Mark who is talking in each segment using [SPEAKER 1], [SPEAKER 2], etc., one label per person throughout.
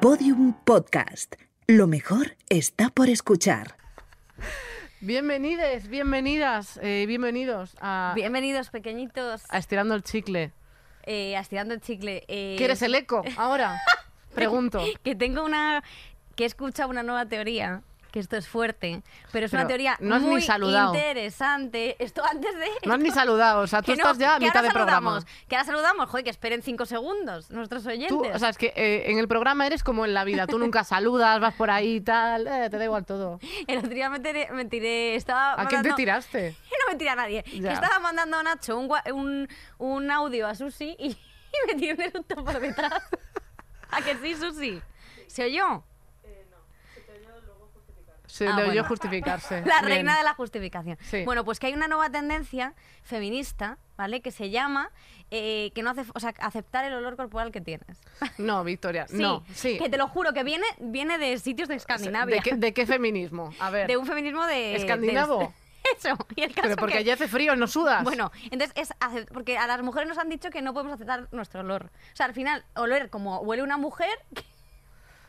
[SPEAKER 1] Podium Podcast. Lo mejor está por escuchar.
[SPEAKER 2] Bienvenides, bienvenidas, eh, bienvenidos a,
[SPEAKER 3] Bienvenidos, pequeñitos,
[SPEAKER 2] a Estirando el Chicle.
[SPEAKER 3] eh, a Estirando el Chicle. eh,
[SPEAKER 2] ¿Quieres el eco ahora? Pregunto.
[SPEAKER 3] Que tengo una... que he escuchado una nueva teoría, que esto es fuerte, pero es
[SPEAKER 2] Pero
[SPEAKER 3] una teoría
[SPEAKER 2] no has ni
[SPEAKER 3] muy
[SPEAKER 2] saludado.
[SPEAKER 3] interesante. Esto antes de...
[SPEAKER 2] No has ni saludado, o sea, tú
[SPEAKER 3] Que no,
[SPEAKER 2] estás ya a
[SPEAKER 3] que
[SPEAKER 2] mitad
[SPEAKER 3] ahora
[SPEAKER 2] de programa.
[SPEAKER 3] saludamos, Que ahora saludamos, joder, que esperen cinco segundos nuestros oyentes.
[SPEAKER 2] Tú, o sea, es que eh, en el programa eres como en la vida, tú nunca saludas, vas por ahí y tal, eh, te da igual todo.
[SPEAKER 3] El otro día me tiré, me tiré- estaba
[SPEAKER 2] ¿A quién te
[SPEAKER 3] mandando-
[SPEAKER 2] tiraste?
[SPEAKER 3] No me tira a nadie. Que
[SPEAKER 2] Ya.
[SPEAKER 3] estaba mandando a Nacho un, gua- un, un audio a Susi y, y me tiró un eructo por detrás. ¿A que sí, Susi? ¿Se oyó?
[SPEAKER 2] Se
[SPEAKER 3] Ah,
[SPEAKER 2] le oyó
[SPEAKER 3] bueno.
[SPEAKER 2] justificarse.
[SPEAKER 3] La
[SPEAKER 2] Bien.
[SPEAKER 3] reina de la justificación.
[SPEAKER 2] Sí.
[SPEAKER 3] Bueno, pues que hay una nueva tendencia feminista, ¿vale? Que se llama eh, que no hace, o sea, aceptar el olor corporal que tienes.
[SPEAKER 2] No, Victoria,
[SPEAKER 3] Sí,
[SPEAKER 2] no, sí.
[SPEAKER 3] Que te lo juro que viene viene de sitios de Escandinavia,
[SPEAKER 2] ¿De qué, de qué feminismo? A ver.
[SPEAKER 3] de un feminismo de
[SPEAKER 2] ¿Escandinavo?
[SPEAKER 3] de- eso. Y el caso
[SPEAKER 2] Pero porque
[SPEAKER 3] que-
[SPEAKER 2] allí hace frío, no sudas.
[SPEAKER 3] Bueno, entonces es acep- porque a las mujeres nos han dicho que no podemos aceptar nuestro olor. O sea, al final oler como huele una mujer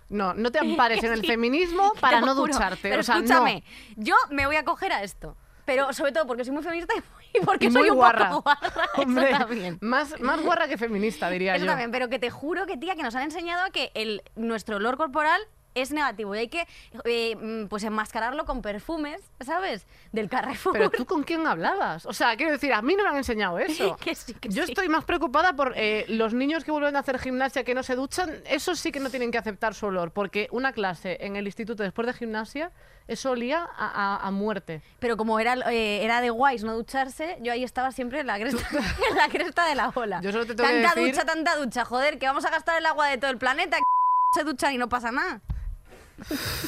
[SPEAKER 2] No, no te ampares en el feminismo para
[SPEAKER 3] Te
[SPEAKER 2] no
[SPEAKER 3] lo juro.
[SPEAKER 2] ducharte.
[SPEAKER 3] Pero
[SPEAKER 2] o sea, no.
[SPEAKER 3] escúchame, yo me voy a coger a esto. Pero sobre todo porque soy muy feminista y porque
[SPEAKER 2] Muy
[SPEAKER 3] soy un
[SPEAKER 2] guarra.
[SPEAKER 3] poco guarra. eso
[SPEAKER 2] Hombre,
[SPEAKER 3] también.
[SPEAKER 2] Más, más guarra que feminista, diría
[SPEAKER 3] Eso
[SPEAKER 2] yo.
[SPEAKER 3] también, pero que te juro que, tía, que nos han enseñado a que el, nuestro olor corporal es negativo y hay que eh, mm, pues enmascararlo con perfumes, ¿sabes? Del Carrefour.
[SPEAKER 2] Pero tú con quién hablabas? O sea, quiero decir, a mí no me han enseñado eso.
[SPEAKER 3] Que sí, que
[SPEAKER 2] yo
[SPEAKER 3] sí.
[SPEAKER 2] estoy más preocupada por eh, los niños que vuelven a hacer gimnasia que no se duchan. Eso sí que no tienen que aceptar su olor, porque una clase en el instituto después de gimnasia, eso olía a, a- a muerte.
[SPEAKER 3] Pero como era, eh, era de guays no ducharse, yo ahí estaba siempre en la cresta, en la cresta de la ola.
[SPEAKER 2] Yo solo te tengo que
[SPEAKER 3] tanta
[SPEAKER 2] decir-
[SPEAKER 3] ducha, tanta ducha, joder, que vamos a gastar el agua de todo el planeta, que se duchan y no pasa nada.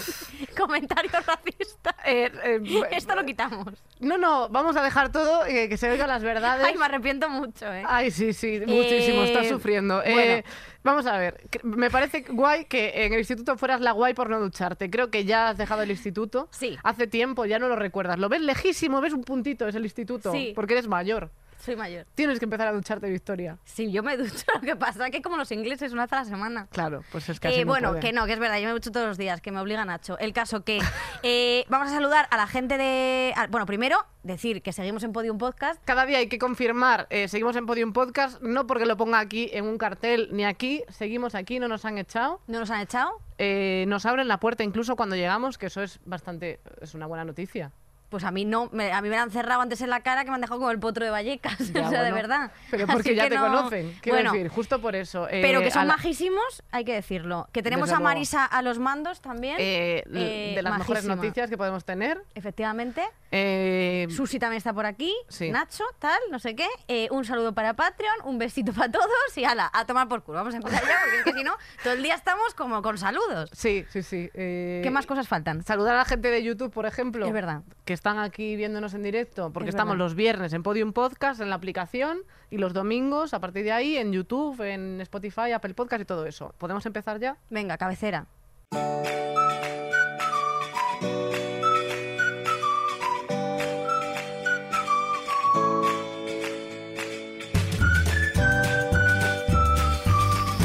[SPEAKER 3] Comentario racista.
[SPEAKER 2] Eh, eh,
[SPEAKER 3] Esto lo quitamos.
[SPEAKER 2] no, no, vamos a dejar todo, eh, que se oigan las verdades.
[SPEAKER 3] Ay, me arrepiento mucho, ¿eh?
[SPEAKER 2] Ay, sí, sí, muchísimo,
[SPEAKER 3] Eh,
[SPEAKER 2] estás sufriendo.
[SPEAKER 3] bueno.
[SPEAKER 2] Eh, vamos a ver, cre- me parece guay que en el instituto fueras la guay por no ducharte. Creo que ya has dejado el instituto.
[SPEAKER 3] Sí.
[SPEAKER 2] Hace tiempo, ya no lo recuerdas. Lo ves lejísimo, ves un puntito, es el instituto.
[SPEAKER 3] Sí.
[SPEAKER 2] Porque eres mayor.
[SPEAKER 3] Soy mayor.
[SPEAKER 2] Tienes que empezar a ducharte, Victoria.
[SPEAKER 3] Sí, yo me ducho, lo que pasa es que como los ingleses, una vez a la semana.
[SPEAKER 2] Claro, pues es que
[SPEAKER 3] Eh,
[SPEAKER 2] así no
[SPEAKER 3] bueno,
[SPEAKER 2] puede.
[SPEAKER 3] que no, que es verdad, yo me ducho todos los días, que me obliga Nacho. El caso que eh, vamos a saludar a la gente de... a- bueno, primero decir que seguimos en Podium Podcast,
[SPEAKER 2] Cada día hay que confirmar, eh, seguimos en Podium Podcast, no porque lo ponga aquí en un cartel ni aquí, seguimos aquí, no nos han echado.
[SPEAKER 3] no nos han echado,
[SPEAKER 2] Eh, nos abren la puerta incluso cuando llegamos, que eso es bastante, es una buena noticia.
[SPEAKER 3] Pues a mí no, me- a mí me la han cerrado antes en la cara que me han dejado como el potro de Vallecas,
[SPEAKER 2] Ya,
[SPEAKER 3] o sea, de
[SPEAKER 2] bueno,
[SPEAKER 3] verdad.
[SPEAKER 2] Pero
[SPEAKER 3] Así
[SPEAKER 2] porque ya
[SPEAKER 3] que
[SPEAKER 2] te
[SPEAKER 3] no-
[SPEAKER 2] conocen, quiero
[SPEAKER 3] bueno,
[SPEAKER 2] decir, justo por eso. eh,
[SPEAKER 3] pero que
[SPEAKER 2] a
[SPEAKER 3] son
[SPEAKER 2] la-
[SPEAKER 3] majísimos, hay que decirlo. Que tenemos
[SPEAKER 2] Desde
[SPEAKER 3] a
[SPEAKER 2] luego.
[SPEAKER 3] Marisa a los mandos también,
[SPEAKER 2] eh, l-
[SPEAKER 3] eh,
[SPEAKER 2] de las mejores
[SPEAKER 3] majísima.
[SPEAKER 2] noticias que podemos tener.
[SPEAKER 3] efectivamente.
[SPEAKER 2] Eh,
[SPEAKER 3] Susi también está por aquí,
[SPEAKER 2] Sí.
[SPEAKER 3] Nacho, tal, no sé qué. Eh, un saludo para Patreon, un besito para todos y ala, a tomar por culo. Vamos a empezar ya porque es que si no, todo el día estamos como con saludos.
[SPEAKER 2] sí, sí, sí. eh,
[SPEAKER 3] ¿Qué más cosas faltan?
[SPEAKER 2] Saludar a la gente de YouTube, por ejemplo.
[SPEAKER 3] Es verdad.
[SPEAKER 2] Que están aquí viéndonos en directo, porque
[SPEAKER 3] Es
[SPEAKER 2] estamos
[SPEAKER 3] verdad.
[SPEAKER 2] los viernes en Podium Podcast, en la aplicación, y los domingos, a partir de ahí, en YouTube, en Spotify, Apple Podcast y todo eso. ¿Podemos empezar ya?
[SPEAKER 3] Venga, cabecera.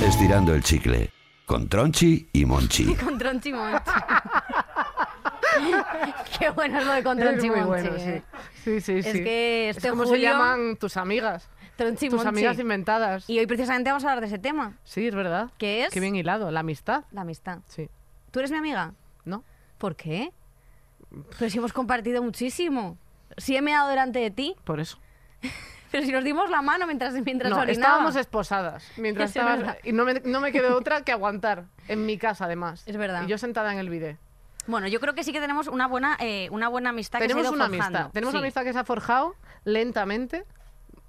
[SPEAKER 4] Estirando el chicle con Tronchi y Monchi.
[SPEAKER 3] Con Tronchi Monchi. Qué bueno es lo de con
[SPEAKER 2] Es
[SPEAKER 3] Tronchi
[SPEAKER 2] muy
[SPEAKER 3] Monchi.
[SPEAKER 2] bueno,
[SPEAKER 3] ¿eh?
[SPEAKER 2] sí. Sí, sí,
[SPEAKER 3] Es
[SPEAKER 2] sí.
[SPEAKER 3] que este
[SPEAKER 2] ¿Cómo se
[SPEAKER 3] julio-
[SPEAKER 2] llaman tus amigas?
[SPEAKER 3] Tronchi
[SPEAKER 2] tus
[SPEAKER 3] Monchi.
[SPEAKER 2] amigas inventadas.
[SPEAKER 3] Y hoy precisamente vamos a hablar de ese tema,
[SPEAKER 2] Sí, es verdad.
[SPEAKER 3] que es
[SPEAKER 2] Qué bien hilado. La amistad.
[SPEAKER 3] la amistad.
[SPEAKER 2] Sí.
[SPEAKER 3] ¿Tú eres mi amiga?
[SPEAKER 2] ¿No?
[SPEAKER 3] ¿Por qué? Pero si hemos compartido muchísimo. Si he meado delante de ti,
[SPEAKER 2] Por eso.
[SPEAKER 3] pero si nos dimos la mano mientras, mientras
[SPEAKER 2] No,
[SPEAKER 3] orinaba.
[SPEAKER 2] estábamos esposadas mientras
[SPEAKER 3] Es
[SPEAKER 2] estabas-
[SPEAKER 3] verdad.
[SPEAKER 2] Y no me, no me quedó otra que aguantar. En mi casa, además.
[SPEAKER 3] Es verdad.
[SPEAKER 2] Y yo sentada en el bidé.
[SPEAKER 3] Bueno, yo creo que sí que tenemos una buena, eh, una buena amistad que se
[SPEAKER 2] Tenemos
[SPEAKER 3] ha ido
[SPEAKER 2] una
[SPEAKER 3] forjando.
[SPEAKER 2] amistad. Tenemos
[SPEAKER 3] Sí.
[SPEAKER 2] una amistad que se ha forjado lentamente.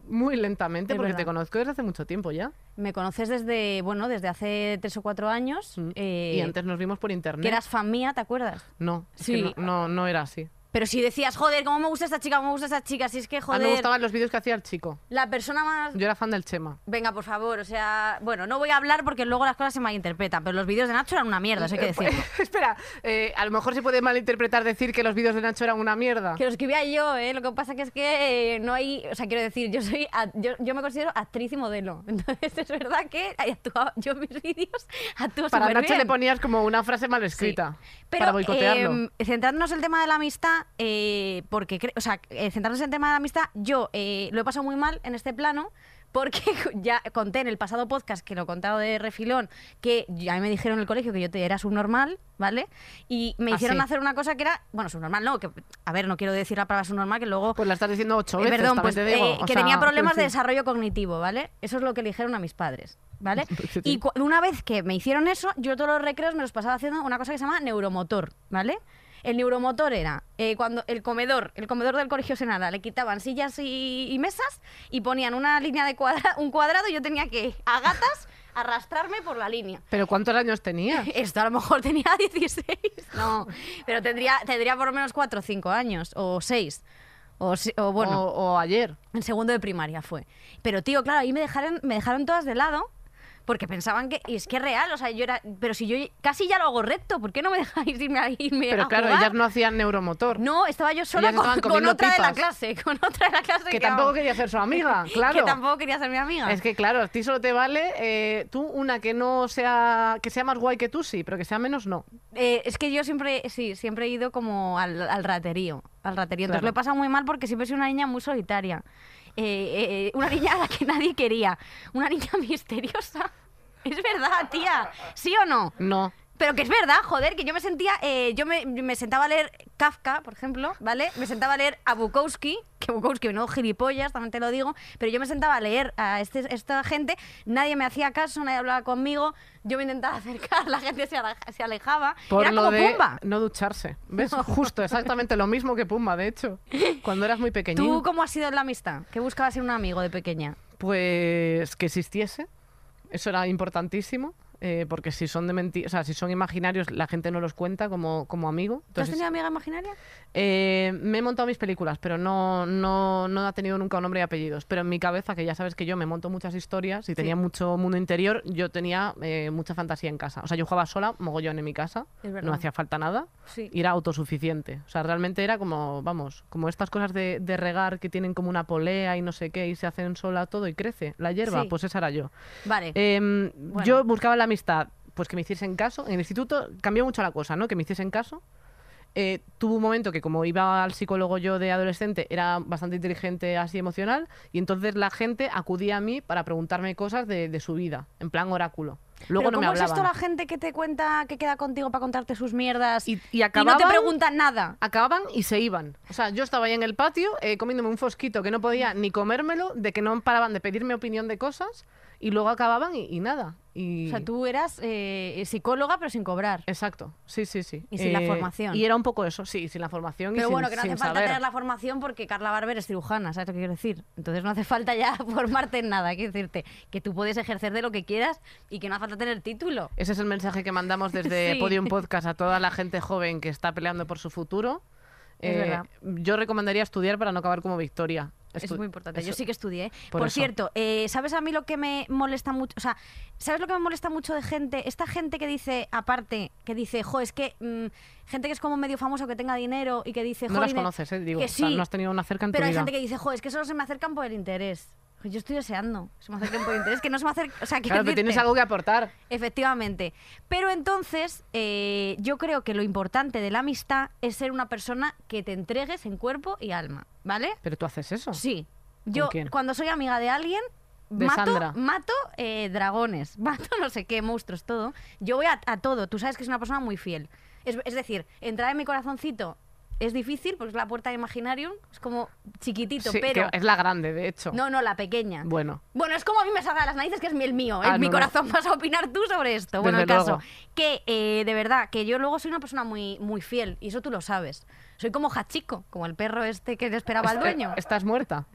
[SPEAKER 2] Muy lentamente,
[SPEAKER 3] Es
[SPEAKER 2] porque te
[SPEAKER 3] verdad.
[SPEAKER 2] conozco desde hace mucho tiempo ya.
[SPEAKER 3] Me conoces desde, bueno, desde hace tres o cuatro años. eh,
[SPEAKER 2] Mm. y antes nos vimos por
[SPEAKER 3] Que
[SPEAKER 2] internet.
[SPEAKER 3] eras fan mía, ¿te acuerdas?
[SPEAKER 2] No, es que
[SPEAKER 3] Sí.
[SPEAKER 2] no, no, no era así.
[SPEAKER 3] Pero si decías, joder, ¿cómo me gusta esta chica? ¿Cómo me gusta esta chica? Si es que,
[SPEAKER 2] A mí
[SPEAKER 3] joder,
[SPEAKER 2] Ah, me gustaban los vídeos que hacía el chico.
[SPEAKER 3] la persona más...
[SPEAKER 2] Yo era fan del Chema.
[SPEAKER 3] Venga, por favor, o sea... Bueno, no voy a hablar porque luego las cosas se malinterpretan, pero los vídeos de Nacho eran una mierda, eso hay que
[SPEAKER 2] Eh, pues,
[SPEAKER 3] decirlo.
[SPEAKER 2] espera, eh, a lo mejor se puede malinterpretar decir que los vídeos de Nacho eran una mierda.
[SPEAKER 3] Que lo escribía yo, ¿eh? Lo que pasa que es que eh, no hay... O sea, quiero decir, yo soy... a- Yo, yo me considero actriz y modelo. Entonces, es verdad que ahí actuaba, yo en mis vídeos actúo
[SPEAKER 2] Para
[SPEAKER 3] superbién.
[SPEAKER 2] Nacho le ponías como una frase mal escrita.
[SPEAKER 3] Pues Sí. Pero,
[SPEAKER 2] para boicotearlo.
[SPEAKER 3] eh, centrándonos en el tema de la amistad, eh, porque, cre- o sea, eh, centrándonos en el tema de la amistad, yo eh, lo he pasado muy mal en este plano. Porque ya conté en el pasado podcast que lo he contado de refilón, que ya me dijeron en el colegio que yo te era subnormal, ¿vale? Y me
[SPEAKER 2] Ah,
[SPEAKER 3] hicieron
[SPEAKER 2] sí.
[SPEAKER 3] hacer una cosa que era, bueno, subnormal no, que, a ver, no quiero decir la palabra subnormal, que luego
[SPEAKER 2] pues la estás diciendo ocho
[SPEAKER 3] eh,
[SPEAKER 2] veces.
[SPEAKER 3] Perdón,
[SPEAKER 2] también
[SPEAKER 3] pues
[SPEAKER 2] te digo.
[SPEAKER 3] eh,
[SPEAKER 2] O
[SPEAKER 3] que
[SPEAKER 2] sea,
[SPEAKER 3] tenía problemas de
[SPEAKER 2] quiero decir,
[SPEAKER 3] desarrollo cognitivo, ¿vale? Eso es lo que le dijeron a mis padres, ¿vale?
[SPEAKER 2] Sí, sí.
[SPEAKER 3] Y cu- una vez que me hicieron eso, yo todos los recreos me los pasaba haciendo una cosa que se llama neuromotor, ¿vale? El neuromotor era eh, cuando el comedor, el comedor del colegio Senada, le quitaban sillas y, y mesas y ponían una línea de cuadra, un cuadrado y yo tenía que, a gatas, arrastrarme por la línea.
[SPEAKER 2] Pero ¿cuántos años tenía?
[SPEAKER 3] Esto a lo mejor tenía 16, no, pero tendría, tendría por lo menos 4 o 5 años, o 6, o, si- o bueno.
[SPEAKER 2] O, o ayer.
[SPEAKER 3] En segundo de primaria fue. Pero tío, claro, ahí me dejaron, me dejaron todas de lado porque pensaban que. Y es que es real, o sea, yo era. Pero si yo casi ya lo hago recto, ¿por qué no me dejáis irme a irme
[SPEAKER 2] Pero
[SPEAKER 3] a
[SPEAKER 2] claro,
[SPEAKER 3] Eh, jugar?
[SPEAKER 2] ellas no hacían neuromotor.
[SPEAKER 3] No, estaba yo sola
[SPEAKER 2] Ellas
[SPEAKER 3] con,
[SPEAKER 2] estaban
[SPEAKER 3] con
[SPEAKER 2] comiendo
[SPEAKER 3] otra de la
[SPEAKER 2] pipas.
[SPEAKER 3] clase, con otra de la clase
[SPEAKER 2] que tampoco
[SPEAKER 3] vamos,
[SPEAKER 2] quería ser su amiga, claro.
[SPEAKER 3] que tampoco quería ser mi amiga.
[SPEAKER 2] Es que claro, a ti solo te vale eh, tú una que no sea que sea más guay que tú sí, pero que sea menos no.
[SPEAKER 3] Eh, es que yo siempre, sí, siempre he ido como al, al raterío, al raterío. Entonces
[SPEAKER 2] Claro.
[SPEAKER 3] lo he pasado muy mal porque siempre he sido una niña muy solitaria. Eh, eh, eh, una niña a la que nadie quería. Una niña misteriosa. Es verdad, tía. ¿Sí o no?
[SPEAKER 2] No.
[SPEAKER 3] Pero que es verdad, joder, que yo me sentía, eh, yo me, me sentaba a leer Kafka, por ejemplo, ¿vale? Me sentaba a leer a Bukowski, que Bukowski no gilipollas, también te lo digo, pero yo me sentaba a leer a este- esta gente, nadie me hacía caso, nadie hablaba conmigo, yo me intentaba acercar, la gente se, ala- se alejaba,
[SPEAKER 2] Por
[SPEAKER 3] era
[SPEAKER 2] lo
[SPEAKER 3] como
[SPEAKER 2] de
[SPEAKER 3] Pumba.
[SPEAKER 2] no ducharse. ¿Ves? Justo, exactamente lo mismo que Pumba, de hecho. Cuando eras muy pequeñín.
[SPEAKER 3] ¿Tú cómo has sido en la amistad? ¿Qué buscabas en un amigo de pequeña?
[SPEAKER 2] Pues que existiese. Eso era importantísimo. eh, porque si son de menti- o sea, si son imaginarios, la gente no los cuenta como, como amigo.
[SPEAKER 3] ¿Tú has
[SPEAKER 2] Entonces,
[SPEAKER 3] tenido amiga imaginaria?
[SPEAKER 2] eh, me he montado mis películas, pero no, no, no ha tenido nunca un nombre y apellidos. Pero en mi cabeza, que ya sabes que yo me monto muchas historias y tenía mucho mundo interior, yo tenía eh, mucha fantasía en casa. O sea, yo jugaba sola, mogollón en mi casa,
[SPEAKER 3] Es verdad.
[SPEAKER 2] no me hacía falta nada
[SPEAKER 3] Sí.
[SPEAKER 2] y era autosuficiente. O sea, realmente era como, vamos, como estas cosas de, de regar que tienen como una polea y no sé qué y se hacen sola todo y crece la hierba,
[SPEAKER 3] Sí.
[SPEAKER 2] pues esa era yo.
[SPEAKER 3] Vale.
[SPEAKER 2] Em,
[SPEAKER 3] Bueno.
[SPEAKER 2] Yo buscaba la amistad, pues que me hiciesen caso. En el instituto cambió mucho la cosa, ¿no? Que me hiciesen caso. Eh, tuvo un momento que como iba al psicólogo yo de adolescente, era bastante inteligente así emocional, y entonces la gente acudía a mí para preguntarme cosas de, de su vida, en plan oráculo. Luego
[SPEAKER 3] ¿Pero
[SPEAKER 2] no me
[SPEAKER 3] ¿Cómo es
[SPEAKER 2] hablaban.
[SPEAKER 3] esto la gente que te cuenta, que queda contigo para contarte sus mierdas
[SPEAKER 2] Y, y
[SPEAKER 3] y no
[SPEAKER 2] acababan,
[SPEAKER 3] te preguntan nada?
[SPEAKER 2] acababan y se iban. O sea, yo estaba ahí en el patio eh, comiéndome un fosquito que no podía ni comérmelo, de que no paraban de pedirme opinión de cosas, y luego acababan y, y nada. Y...
[SPEAKER 3] O sea, tú eras eh, psicóloga, pero sin cobrar.
[SPEAKER 2] Exacto, sí, sí, sí. Eh,
[SPEAKER 3] Y sin la formación.
[SPEAKER 2] Y era un poco eso, sí, sin la formación y
[SPEAKER 3] Pero
[SPEAKER 2] sin,
[SPEAKER 3] bueno, que no hace
[SPEAKER 2] sin
[SPEAKER 3] falta
[SPEAKER 2] saber.
[SPEAKER 3] tener la formación porque Carla Barber es cirujana, ¿sabes lo que quiero decir? Entonces no hace falta ya formarte en nada, quiero decirte que tú puedes ejercer de lo que quieras y que no hace falta tener título.
[SPEAKER 2] Ese es el mensaje que mandamos desde
[SPEAKER 3] Sí.
[SPEAKER 2] Podium Podcast a toda la gente joven que está peleando por su futuro. Eh,
[SPEAKER 3] Es verdad.
[SPEAKER 2] Yo recomendaría estudiar para no acabar como Victoria.
[SPEAKER 3] Es
[SPEAKER 2] Estu-
[SPEAKER 3] muy importante. Yo
[SPEAKER 2] eso-
[SPEAKER 3] sí que estudié. Por,
[SPEAKER 2] Por eso.
[SPEAKER 3] cierto, eh, ¿sabes a mí lo que me molesta mucho? O sea, ¿sabes lo que me molesta mucho de gente? Esta gente que dice, aparte, que dice, jo, es que mm, gente que es como medio famoso, que tenga dinero y que dice,
[SPEAKER 2] No las
[SPEAKER 3] "Jolines,
[SPEAKER 2] conoces, eh, digo.
[SPEAKER 3] que
[SPEAKER 2] o sea,
[SPEAKER 3] sí,
[SPEAKER 2] no has tenido una cerca en
[SPEAKER 3] Pero
[SPEAKER 2] tu
[SPEAKER 3] hay
[SPEAKER 2] vida.
[SPEAKER 3] gente que dice, joder, es que solo se me acercan por el interés. Jo, Yo estoy deseando que se me acerquen por el interés, que no se me acerquen. O sea, quiero
[SPEAKER 2] Claro, pero tienes
[SPEAKER 3] decirte,
[SPEAKER 2] algo que aportar.
[SPEAKER 3] Efectivamente. Pero entonces, eh, yo creo que lo importante de la amistad es ser una persona que te entregues en cuerpo y alma, ¿vale?
[SPEAKER 2] Pero tú haces eso.
[SPEAKER 3] Sí. Yo,
[SPEAKER 2] quién?
[SPEAKER 3] cuando soy amiga de alguien,
[SPEAKER 2] De
[SPEAKER 3] mato,
[SPEAKER 2] Sandra.
[SPEAKER 3] mato eh, dragones, mato no sé qué, monstruos, todo. Yo voy a, a todo. Tú sabes que es una persona muy fiel. Es, es decir, entrar en mi corazoncito es difícil porque es la puerta de Imaginarium, es como chiquitito,
[SPEAKER 2] Sí,
[SPEAKER 3] pero.
[SPEAKER 2] que es la grande, de hecho.
[SPEAKER 3] No, no, la pequeña.
[SPEAKER 2] Bueno,
[SPEAKER 3] Bueno, es como a mí me salga de las narices, que es mi- el mío, es
[SPEAKER 2] Ah,
[SPEAKER 3] mi
[SPEAKER 2] no, no.
[SPEAKER 3] corazón. Vas a opinar tú sobre esto. Bueno,
[SPEAKER 2] Desde
[SPEAKER 3] el caso.
[SPEAKER 2] luego.
[SPEAKER 3] Que, eh, de verdad, que yo luego soy una persona muy, muy fiel, y eso tú lo sabes. Soy como Hachico, como el perro este que le esperaba al
[SPEAKER 2] este-
[SPEAKER 3] dueño.
[SPEAKER 2] estás muerta.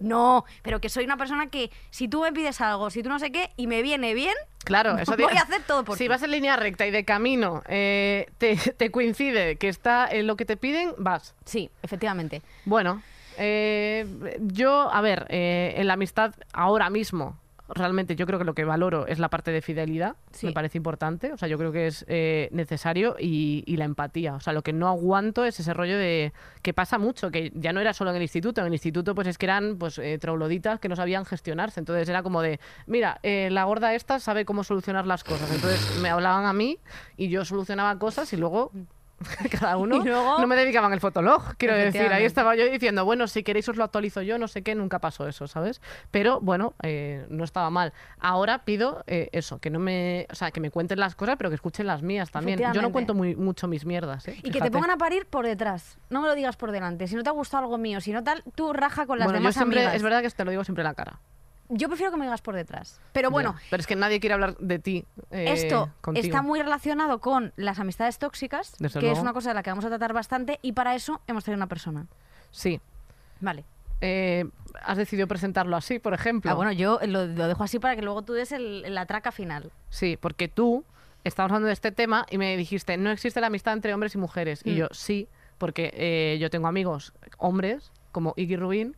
[SPEAKER 3] No, pero que soy una persona que si tú me pides algo, si tú no sé qué, y me viene bien,
[SPEAKER 2] Claro, eso te-
[SPEAKER 3] Voy a hacer todo por
[SPEAKER 2] Si
[SPEAKER 3] ti.
[SPEAKER 2] vas en línea recta y de camino eh, te, te coincide que está en lo que te piden, vas.
[SPEAKER 3] Sí, efectivamente.
[SPEAKER 2] Bueno, eh, yo, a ver, eh, en la amistad ahora mismo, realmente yo creo que lo que valoro es la parte de fidelidad,
[SPEAKER 3] Sí.
[SPEAKER 2] me parece importante, o sea, yo creo que es eh, necesario y, y la empatía, o sea, lo que no aguanto es ese rollo de que pasa mucho, que ya no era solo en el instituto, en el instituto pues es que eran pues eh, trogloditas que no sabían gestionarse, entonces era como de, mira, eh, la gorda esta sabe cómo solucionar las cosas, entonces me hablaban a mí y yo solucionaba cosas y luego... Cada uno
[SPEAKER 3] Y luego-
[SPEAKER 2] no me dedicaban el fotolog, quiero decir, ahí
[SPEAKER 3] Efectivamente.
[SPEAKER 2] estaba yo diciendo, bueno, si queréis os lo actualizo yo, no sé qué, nunca pasó eso, ¿sabes? Pero bueno, eh, no estaba mal. Ahora pido eh, eso, que no me, o sea, que me cuenten las cosas, pero que escuchen las mías también. Yo no
[SPEAKER 3] Efectivamente.
[SPEAKER 2] cuento muy, mucho mis mierdas, ¿eh?
[SPEAKER 3] Y que te pongan a parir por detrás. No me lo digas por delante. Si no te ha gustado algo mío, si no tal, tú raja con las
[SPEAKER 2] bueno, yo
[SPEAKER 3] demás
[SPEAKER 2] siempre,
[SPEAKER 3] amigas.
[SPEAKER 2] es verdad que te lo digo siempre en la cara.
[SPEAKER 3] Yo prefiero que me digas por detrás. Pero bueno,
[SPEAKER 2] Ya. Pero es que nadie quiere hablar de ti. eh,
[SPEAKER 3] Esto
[SPEAKER 2] contigo.
[SPEAKER 3] está muy relacionado con las amistades tóxicas,
[SPEAKER 2] Desde
[SPEAKER 3] que es
[SPEAKER 2] luego.
[SPEAKER 3] una cosa de la que vamos a tratar bastante, y para eso hemos traído una persona.
[SPEAKER 2] Sí.
[SPEAKER 3] Vale.
[SPEAKER 2] Eh, has decidido presentarlo así, por ejemplo.
[SPEAKER 3] Ah, bueno, yo lo, lo dejo así para que luego tú des el- la traca final.
[SPEAKER 2] Sí, porque tú estabas hablando de este tema y me dijiste, no existe la amistad entre hombres y mujeres. Y
[SPEAKER 3] Mm.
[SPEAKER 2] yo, sí, porque eh, yo tengo amigos hombres, como Iggy Rubin,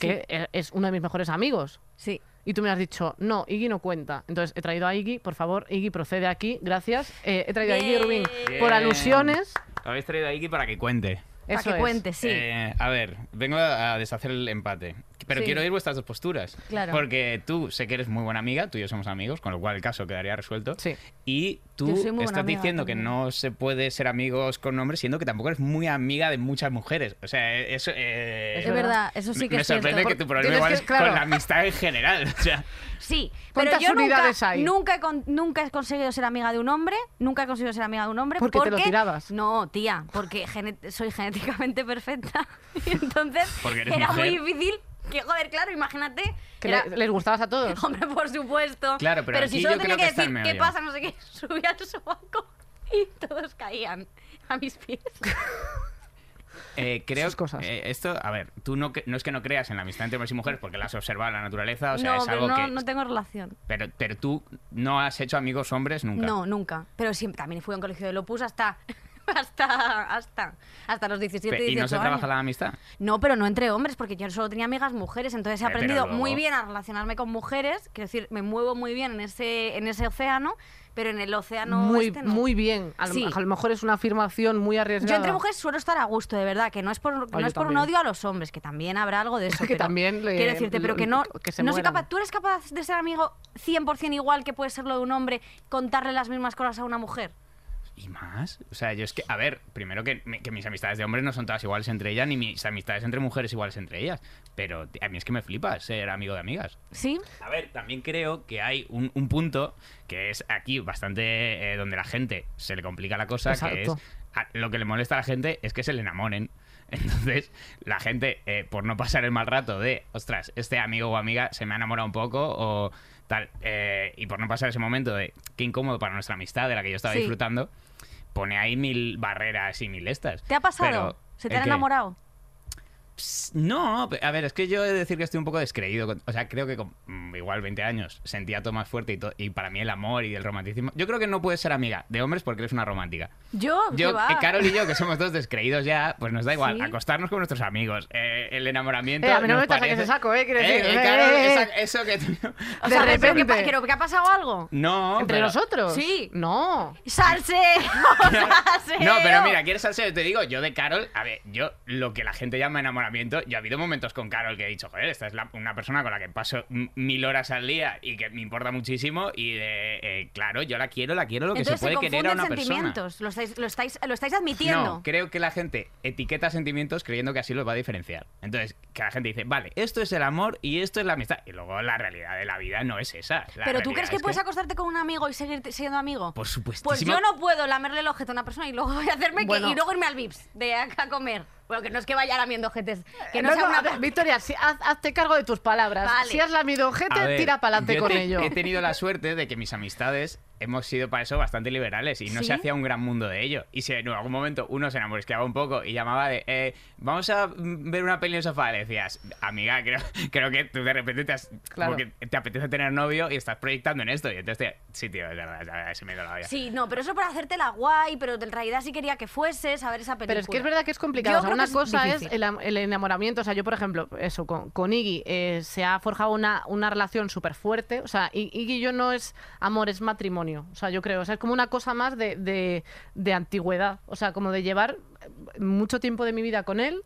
[SPEAKER 2] que eh, es uno de mis mejores amigos.
[SPEAKER 3] Sí.
[SPEAKER 2] Y tú me has dicho, no, Iggy no cuenta. Entonces he traído a Iggy, por favor, Iggy procede aquí, gracias. Eh, he traído a Iggy Rubin por
[SPEAKER 5] Bien.
[SPEAKER 2] alusiones.
[SPEAKER 5] Lo habéis traído a Iki para que cuente.
[SPEAKER 3] Para
[SPEAKER 2] Eso
[SPEAKER 3] que
[SPEAKER 2] es.
[SPEAKER 3] cuentes, sí.
[SPEAKER 5] Eh, a ver, vengo a, a deshacer el empate. Pero
[SPEAKER 3] Sí.
[SPEAKER 5] quiero oír vuestras dos posturas.
[SPEAKER 3] Claro.
[SPEAKER 5] Porque tú sé que eres muy buena amiga, tú y yo somos amigos, con lo cual el caso quedaría resuelto.
[SPEAKER 2] Sí.
[SPEAKER 5] Y tú
[SPEAKER 3] Yo soy muy buena
[SPEAKER 5] estás
[SPEAKER 3] amiga
[SPEAKER 5] diciendo que
[SPEAKER 3] también.
[SPEAKER 5] no se puede ser amigos con hombres, siendo que tampoco eres muy amiga de muchas mujeres. O sea, eh, eso. eh,
[SPEAKER 3] Es verdad, eso sí
[SPEAKER 5] me-
[SPEAKER 3] que
[SPEAKER 5] me
[SPEAKER 3] es cierto.
[SPEAKER 5] sorprende que
[SPEAKER 3] Por-
[SPEAKER 5] tu problema
[SPEAKER 2] tienes
[SPEAKER 5] igual
[SPEAKER 2] que-
[SPEAKER 5] es
[SPEAKER 2] claro.
[SPEAKER 5] con la amistad en general. O sea,
[SPEAKER 3] Sí, pero
[SPEAKER 2] ¿Cuántas
[SPEAKER 3] yo nunca,
[SPEAKER 2] unidades hay?
[SPEAKER 3] nunca, he con- nunca he conseguido ser amiga de un hombre, nunca he conseguido ser amiga de un hombre.
[SPEAKER 2] Porque te lo tirabas.
[SPEAKER 3] No, tía, porque gene- soy genéticamente perfecta. Y entonces
[SPEAKER 5] Porque eres
[SPEAKER 3] era
[SPEAKER 5] mujer.
[SPEAKER 3] muy difícil. Que, joder, claro, imagínate.
[SPEAKER 2] Que
[SPEAKER 3] era-
[SPEAKER 2] le- les gustabas a todos.
[SPEAKER 3] Hombre, por supuesto.
[SPEAKER 5] Claro, pero
[SPEAKER 3] si
[SPEAKER 5] aquí
[SPEAKER 3] solo
[SPEAKER 5] yo
[SPEAKER 3] tenía
[SPEAKER 5] creo
[SPEAKER 3] que
[SPEAKER 5] que está el
[SPEAKER 3] decir qué
[SPEAKER 5] meollo.
[SPEAKER 3] pasa, no sé qué, subía al sobaco y todos caían a mis pies.
[SPEAKER 5] Eh, creo
[SPEAKER 2] Esas cosas.
[SPEAKER 5] eh, esto, a ver, tú no, cre- no es que no creas en la amistad entre hombres y mujeres porque la has observado en la naturaleza, o sea,
[SPEAKER 3] no,
[SPEAKER 5] es algo
[SPEAKER 3] pero no,
[SPEAKER 5] que.
[SPEAKER 3] no tengo relación.
[SPEAKER 5] Pero, pero tú no has hecho amigos hombres nunca.
[SPEAKER 3] No, nunca. Pero siempre, también fui a un colegio de Lopus hasta. Hasta, hasta, hasta los 17,
[SPEAKER 5] Pe-
[SPEAKER 3] 18
[SPEAKER 5] ¿Y no se
[SPEAKER 3] años.
[SPEAKER 5] trabaja la amistad?
[SPEAKER 3] No, pero no entre hombres, porque yo solo tenía amigas mujeres, entonces he
[SPEAKER 5] Eh, pero
[SPEAKER 3] aprendido
[SPEAKER 5] luego-
[SPEAKER 3] muy bien a relacionarme con mujeres, quiero decir, me muevo muy bien en ese, en ese océano, pero en el océano
[SPEAKER 2] muy,
[SPEAKER 3] este no.
[SPEAKER 2] muy bien. A lo,
[SPEAKER 3] Sí.
[SPEAKER 2] a lo mejor es una afirmación muy arriesgada.
[SPEAKER 3] Yo entre mujeres suelo estar a gusto, de verdad, que no es por, no
[SPEAKER 2] yo
[SPEAKER 3] es por un
[SPEAKER 2] también.
[SPEAKER 3] odio a los hombres, que también habrá algo de eso.
[SPEAKER 2] Que
[SPEAKER 3] pero
[SPEAKER 2] también le-
[SPEAKER 3] quiero decirte, pero
[SPEAKER 2] lo-
[SPEAKER 3] que no,
[SPEAKER 2] que se
[SPEAKER 3] no soy
[SPEAKER 2] mueran.
[SPEAKER 3] capaz, tú eres capaz de ser amigo 100% igual que puede serlo de un hombre, contarle las mismas cosas a una mujer.
[SPEAKER 5] ¿Y más? O sea, yo es que, a ver, primero que, me- que mis amistades de hombres no son todas iguales entre ellas, ni mis amistades entre mujeres iguales entre ellas. Pero t- a mí es que me flipa ser amigo de amigas.
[SPEAKER 3] ¿Sí?
[SPEAKER 5] A ver, también creo que hay un, un punto que es aquí bastante eh, donde la gente se le complica la cosa, que es
[SPEAKER 2] Exacto.
[SPEAKER 5] a- lo que le molesta a la gente es que se le enamoren. Entonces, la gente, eh, por no pasar el mal rato de, ostras, este amigo o amiga se me ha enamorado un poco o tal, eh, y por no pasar ese momento de, qué incómodo para nuestra amistad de la que yo estaba
[SPEAKER 3] Sí.
[SPEAKER 5] disfrutando, pone ahí mil barreras y mil estas.
[SPEAKER 3] ¿Te ha pasado?
[SPEAKER 5] Pero,
[SPEAKER 3] ¿Se te
[SPEAKER 5] ¿el
[SPEAKER 3] han
[SPEAKER 5] qué?
[SPEAKER 3] enamorado?
[SPEAKER 5] Ps, No, pe- a ver, es que yo he de decir que estoy un poco descreído. con- O sea, creo que con mm, igual 20 años sentía todo más fuerte y, to- y para mí el amor y el romanticismo. Yo creo que no puedes ser amiga de hombres porque eres una romántica.
[SPEAKER 3] Yo,
[SPEAKER 2] Oh,
[SPEAKER 5] Yo,
[SPEAKER 3] ¿qué va?
[SPEAKER 5] eh, Carol y yo, que somos dos descreídos ya, pues nos da igual
[SPEAKER 3] Sí.
[SPEAKER 5] acostarnos con nuestros amigos. eh, el enamoramiento.
[SPEAKER 2] Eh, a mí no me
[SPEAKER 5] nos
[SPEAKER 2] metas a que
[SPEAKER 5] parece-
[SPEAKER 2] se saco, eh, quiero
[SPEAKER 5] Eh,
[SPEAKER 2] decir,
[SPEAKER 5] eh,
[SPEAKER 2] eh,
[SPEAKER 5] Carol,
[SPEAKER 2] eh, eh.
[SPEAKER 5] esa- eso que tú-
[SPEAKER 3] O sea,
[SPEAKER 2] de
[SPEAKER 3] pero que pa-
[SPEAKER 2] repente.
[SPEAKER 3] creo que ha pasado algo.
[SPEAKER 5] No.
[SPEAKER 2] ¿Entre
[SPEAKER 5] pero-
[SPEAKER 2] nosotros?
[SPEAKER 3] Sí.
[SPEAKER 2] No.
[SPEAKER 3] ¡Salseo! ¡Salseo!
[SPEAKER 5] No, pero mira, ¿quieres salseo? Te digo, yo de Carol, a ver, yo lo que la gente llama enamoramiento, yo ha habido momentos con Carol que he dicho, joder, esta es la- una persona con la que paso m- mil horas al día y que me importa muchísimo y de, eh, claro, yo la quiero, la quiero lo que
[SPEAKER 3] Entonces
[SPEAKER 5] se puede
[SPEAKER 3] confunden
[SPEAKER 5] querer a una persona.
[SPEAKER 3] sentimientos. Lo, estáis, lo, estáis, lo estáis admitiendo.
[SPEAKER 5] No, creo que la gente etiqueta sentimientos creyendo que así los va a diferenciar. Entonces, que la gente dice, vale, esto es el amor y esto es la amistad. Y luego la realidad de la vida no es esa. La
[SPEAKER 3] Pero tú
[SPEAKER 5] realidad
[SPEAKER 3] crees que
[SPEAKER 5] es
[SPEAKER 3] puedes acostarte con un amigo y seguir te- siendo amigo.
[SPEAKER 5] Por supuestísimo.
[SPEAKER 3] Pues yo no puedo lamerle el ojete a una persona y luego voy a hacerme
[SPEAKER 2] Bueno.
[SPEAKER 3] que, y luego irme al Vips de a, a comer. Bueno, que no es que vaya lamiendo ojetes. Que no,
[SPEAKER 2] Eh, No,
[SPEAKER 3] sea
[SPEAKER 2] no,
[SPEAKER 3] una.
[SPEAKER 2] a ver, Victoria, si- haz- hazte cargo de tus palabras.
[SPEAKER 3] Vale.
[SPEAKER 2] Si has lamido
[SPEAKER 5] A
[SPEAKER 2] gente,
[SPEAKER 5] ver,
[SPEAKER 2] tira para
[SPEAKER 5] yo
[SPEAKER 2] adelante con
[SPEAKER 5] te-
[SPEAKER 2] ello.
[SPEAKER 5] He tenido la suerte de que mis amistades hemos sido para eso bastante liberales y no
[SPEAKER 3] ¿Sí?
[SPEAKER 5] se hacía un gran mundo de ello. Y si en algún momento uno se enamoresqueaba un poco y llamaba de, eh, vamos a mm, ver una peli en el sofá, le decías, amiga, creo, creo que tú de repente te, has-
[SPEAKER 2] Claro.
[SPEAKER 5] como que te apetece tener novio y estás proyectando en esto. Y entonces, te- sí, tío, es verdad, es verdad, se me ha ido la olla.
[SPEAKER 3] Sí, no, pero eso para hacerte la guay, pero en realidad sí quería que fueses a ver esa película.
[SPEAKER 2] Pero es que es verdad que es complicado.
[SPEAKER 3] Yo
[SPEAKER 2] O sea,
[SPEAKER 3] creo que
[SPEAKER 2] una
[SPEAKER 3] es
[SPEAKER 2] cosa
[SPEAKER 3] difícil.
[SPEAKER 2] es el, am- el enamoramiento. O sea, yo, por ejemplo, eso, con, con Iggy eh, se ha forjado una, una relación súper fuerte. O sea, I- Iggy y yo no es amor, es matrimonio. O sea, yo creo. O sea, es como una cosa más de, de- de antigüedad. O sea, como de llevar eh, mucho tiempo de mi vida con él.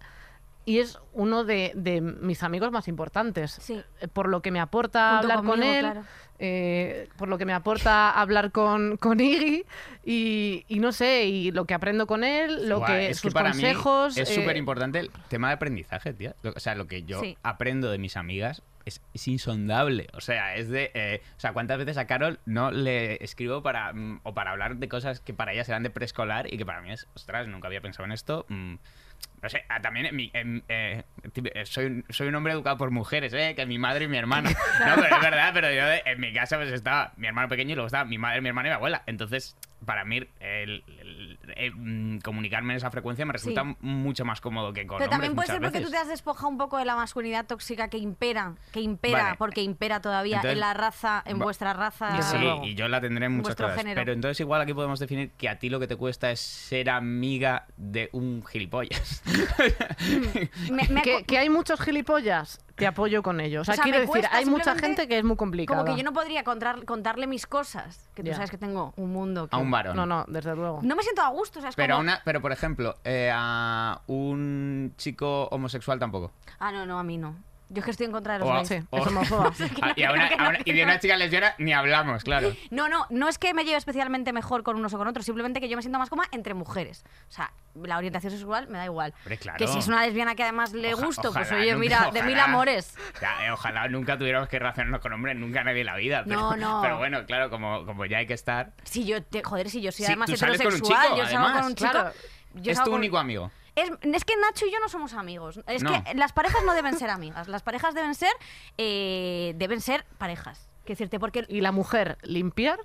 [SPEAKER 2] Y es uno de, de mis amigos más importantes.
[SPEAKER 3] Sí.
[SPEAKER 2] Eh, Por lo que me aporta
[SPEAKER 3] Junto
[SPEAKER 2] hablar con
[SPEAKER 3] conmigo,
[SPEAKER 2] él,
[SPEAKER 3] claro.
[SPEAKER 2] eh, por lo que me aporta hablar con, con Iggy y, y no sé, y lo que aprendo con él, lo
[SPEAKER 5] Buah,
[SPEAKER 2] que
[SPEAKER 5] es
[SPEAKER 2] sus
[SPEAKER 5] que para
[SPEAKER 2] consejos.
[SPEAKER 5] mí es
[SPEAKER 2] eh,
[SPEAKER 5] súper importante el tema de aprendizaje, tío. Lo- O sea, lo que yo
[SPEAKER 3] Sí.
[SPEAKER 5] aprendo de mis amigas es, es insondable. O sea, es de. eh, o sea, ¿cuántas veces a Carol no le escribo para. mm, o para hablar de cosas que para ella serán de preescolar y que para mí es. Ostras, nunca había pensado en esto. mm, no sé, ah, también en mi- en- eh, tipo, eh, soy, un- soy un hombre educado por mujeres, ¿eh? que mi madre y mi hermano. No, pero es verdad, pero yo de- en mi casa pues estaba mi hermano pequeño y luego estaba mi madre, mi hermano y mi abuela. Entonces, para mí, el- el- eh, mm, comunicarme en esa frecuencia me resulta
[SPEAKER 3] Sí.
[SPEAKER 5] mucho más cómodo que con
[SPEAKER 3] Pero también puede
[SPEAKER 5] hombres
[SPEAKER 3] ser
[SPEAKER 5] muchas
[SPEAKER 3] porque tú te
[SPEAKER 5] veces.
[SPEAKER 3] has despojado un poco de la masculinidad tóxica que impera, que impera,
[SPEAKER 5] Vale.
[SPEAKER 3] porque impera todavía
[SPEAKER 5] Entonces-
[SPEAKER 3] en la raza, en
[SPEAKER 5] Va-
[SPEAKER 3] vuestra raza.
[SPEAKER 2] Desde
[SPEAKER 5] Sí,
[SPEAKER 2] luego.
[SPEAKER 5] y yo la tendré en muchas
[SPEAKER 3] Vuestro
[SPEAKER 5] cosas.
[SPEAKER 3] género.
[SPEAKER 5] Pero entonces igual aquí podemos definir que a ti lo que te cuesta es ser amiga de un gilipollas.
[SPEAKER 3] Me- me
[SPEAKER 2] que,
[SPEAKER 3] acu-
[SPEAKER 2] que hay muchos gilipollas,
[SPEAKER 5] Mm.
[SPEAKER 2] te apoyo con ellos. O sea,
[SPEAKER 3] O sea,
[SPEAKER 2] quiero
[SPEAKER 3] me
[SPEAKER 2] decir,
[SPEAKER 3] cuesta
[SPEAKER 2] hay mucha
[SPEAKER 3] simplemente
[SPEAKER 2] gente que es muy complicada.
[SPEAKER 3] Como que yo no podría contar- contarle mis cosas, que tú
[SPEAKER 2] Ya.
[SPEAKER 3] sabes que tengo un mundo que...
[SPEAKER 5] a un varón.
[SPEAKER 2] No, no, desde luego.
[SPEAKER 3] No me siento a gusto, o sea, es
[SPEAKER 5] Pero, a
[SPEAKER 3] como...
[SPEAKER 5] una, pero por ejemplo, eh, a un chico homosexual tampoco.
[SPEAKER 3] Ah, no, no, a mí no. Yo es que estoy en contra de los
[SPEAKER 5] O a-
[SPEAKER 3] gays.
[SPEAKER 2] Sí,
[SPEAKER 5] o-
[SPEAKER 2] es homófoba.
[SPEAKER 5] Ah, y, a una- a una- y de una chica lesbiana ni hablamos, claro.
[SPEAKER 3] No, no, no es que me lleve especialmente mejor con unos o con otros, simplemente que yo me siento más cómoda entre mujeres. O sea, la orientación sexual me da igual.
[SPEAKER 5] Hombre, claro.
[SPEAKER 3] Que si es una lesbiana que además le
[SPEAKER 5] Oja-
[SPEAKER 3] gusto, pues
[SPEAKER 5] ojalá
[SPEAKER 3] oye,
[SPEAKER 5] nunca-
[SPEAKER 3] mira, de mil
[SPEAKER 5] ojalá-
[SPEAKER 3] amores.
[SPEAKER 5] Ya, eh, ojalá nunca tuviéramos que relacionarnos con hombres, nunca nadie en la vida. Pero,
[SPEAKER 3] No, no.
[SPEAKER 5] pero bueno, claro, como, como ya hay que estar.
[SPEAKER 3] Si yo, te- joder, si yo soy
[SPEAKER 5] Sí,
[SPEAKER 3] además
[SPEAKER 5] tú sales con un
[SPEAKER 3] heterosexual,
[SPEAKER 5] chico,
[SPEAKER 3] yo salgo
[SPEAKER 5] además,
[SPEAKER 3] con un chico.
[SPEAKER 2] claro.
[SPEAKER 3] yo
[SPEAKER 5] es
[SPEAKER 3] salgo
[SPEAKER 5] tu
[SPEAKER 3] con-
[SPEAKER 5] único amigo.
[SPEAKER 3] Es, es que Nacho y yo no somos amigos. Es
[SPEAKER 5] No.
[SPEAKER 3] que las parejas no deben ser amigas. Las parejas deben ser, eh, deben ser parejas. Quiero decirte, porque
[SPEAKER 2] Y la mujer limpiar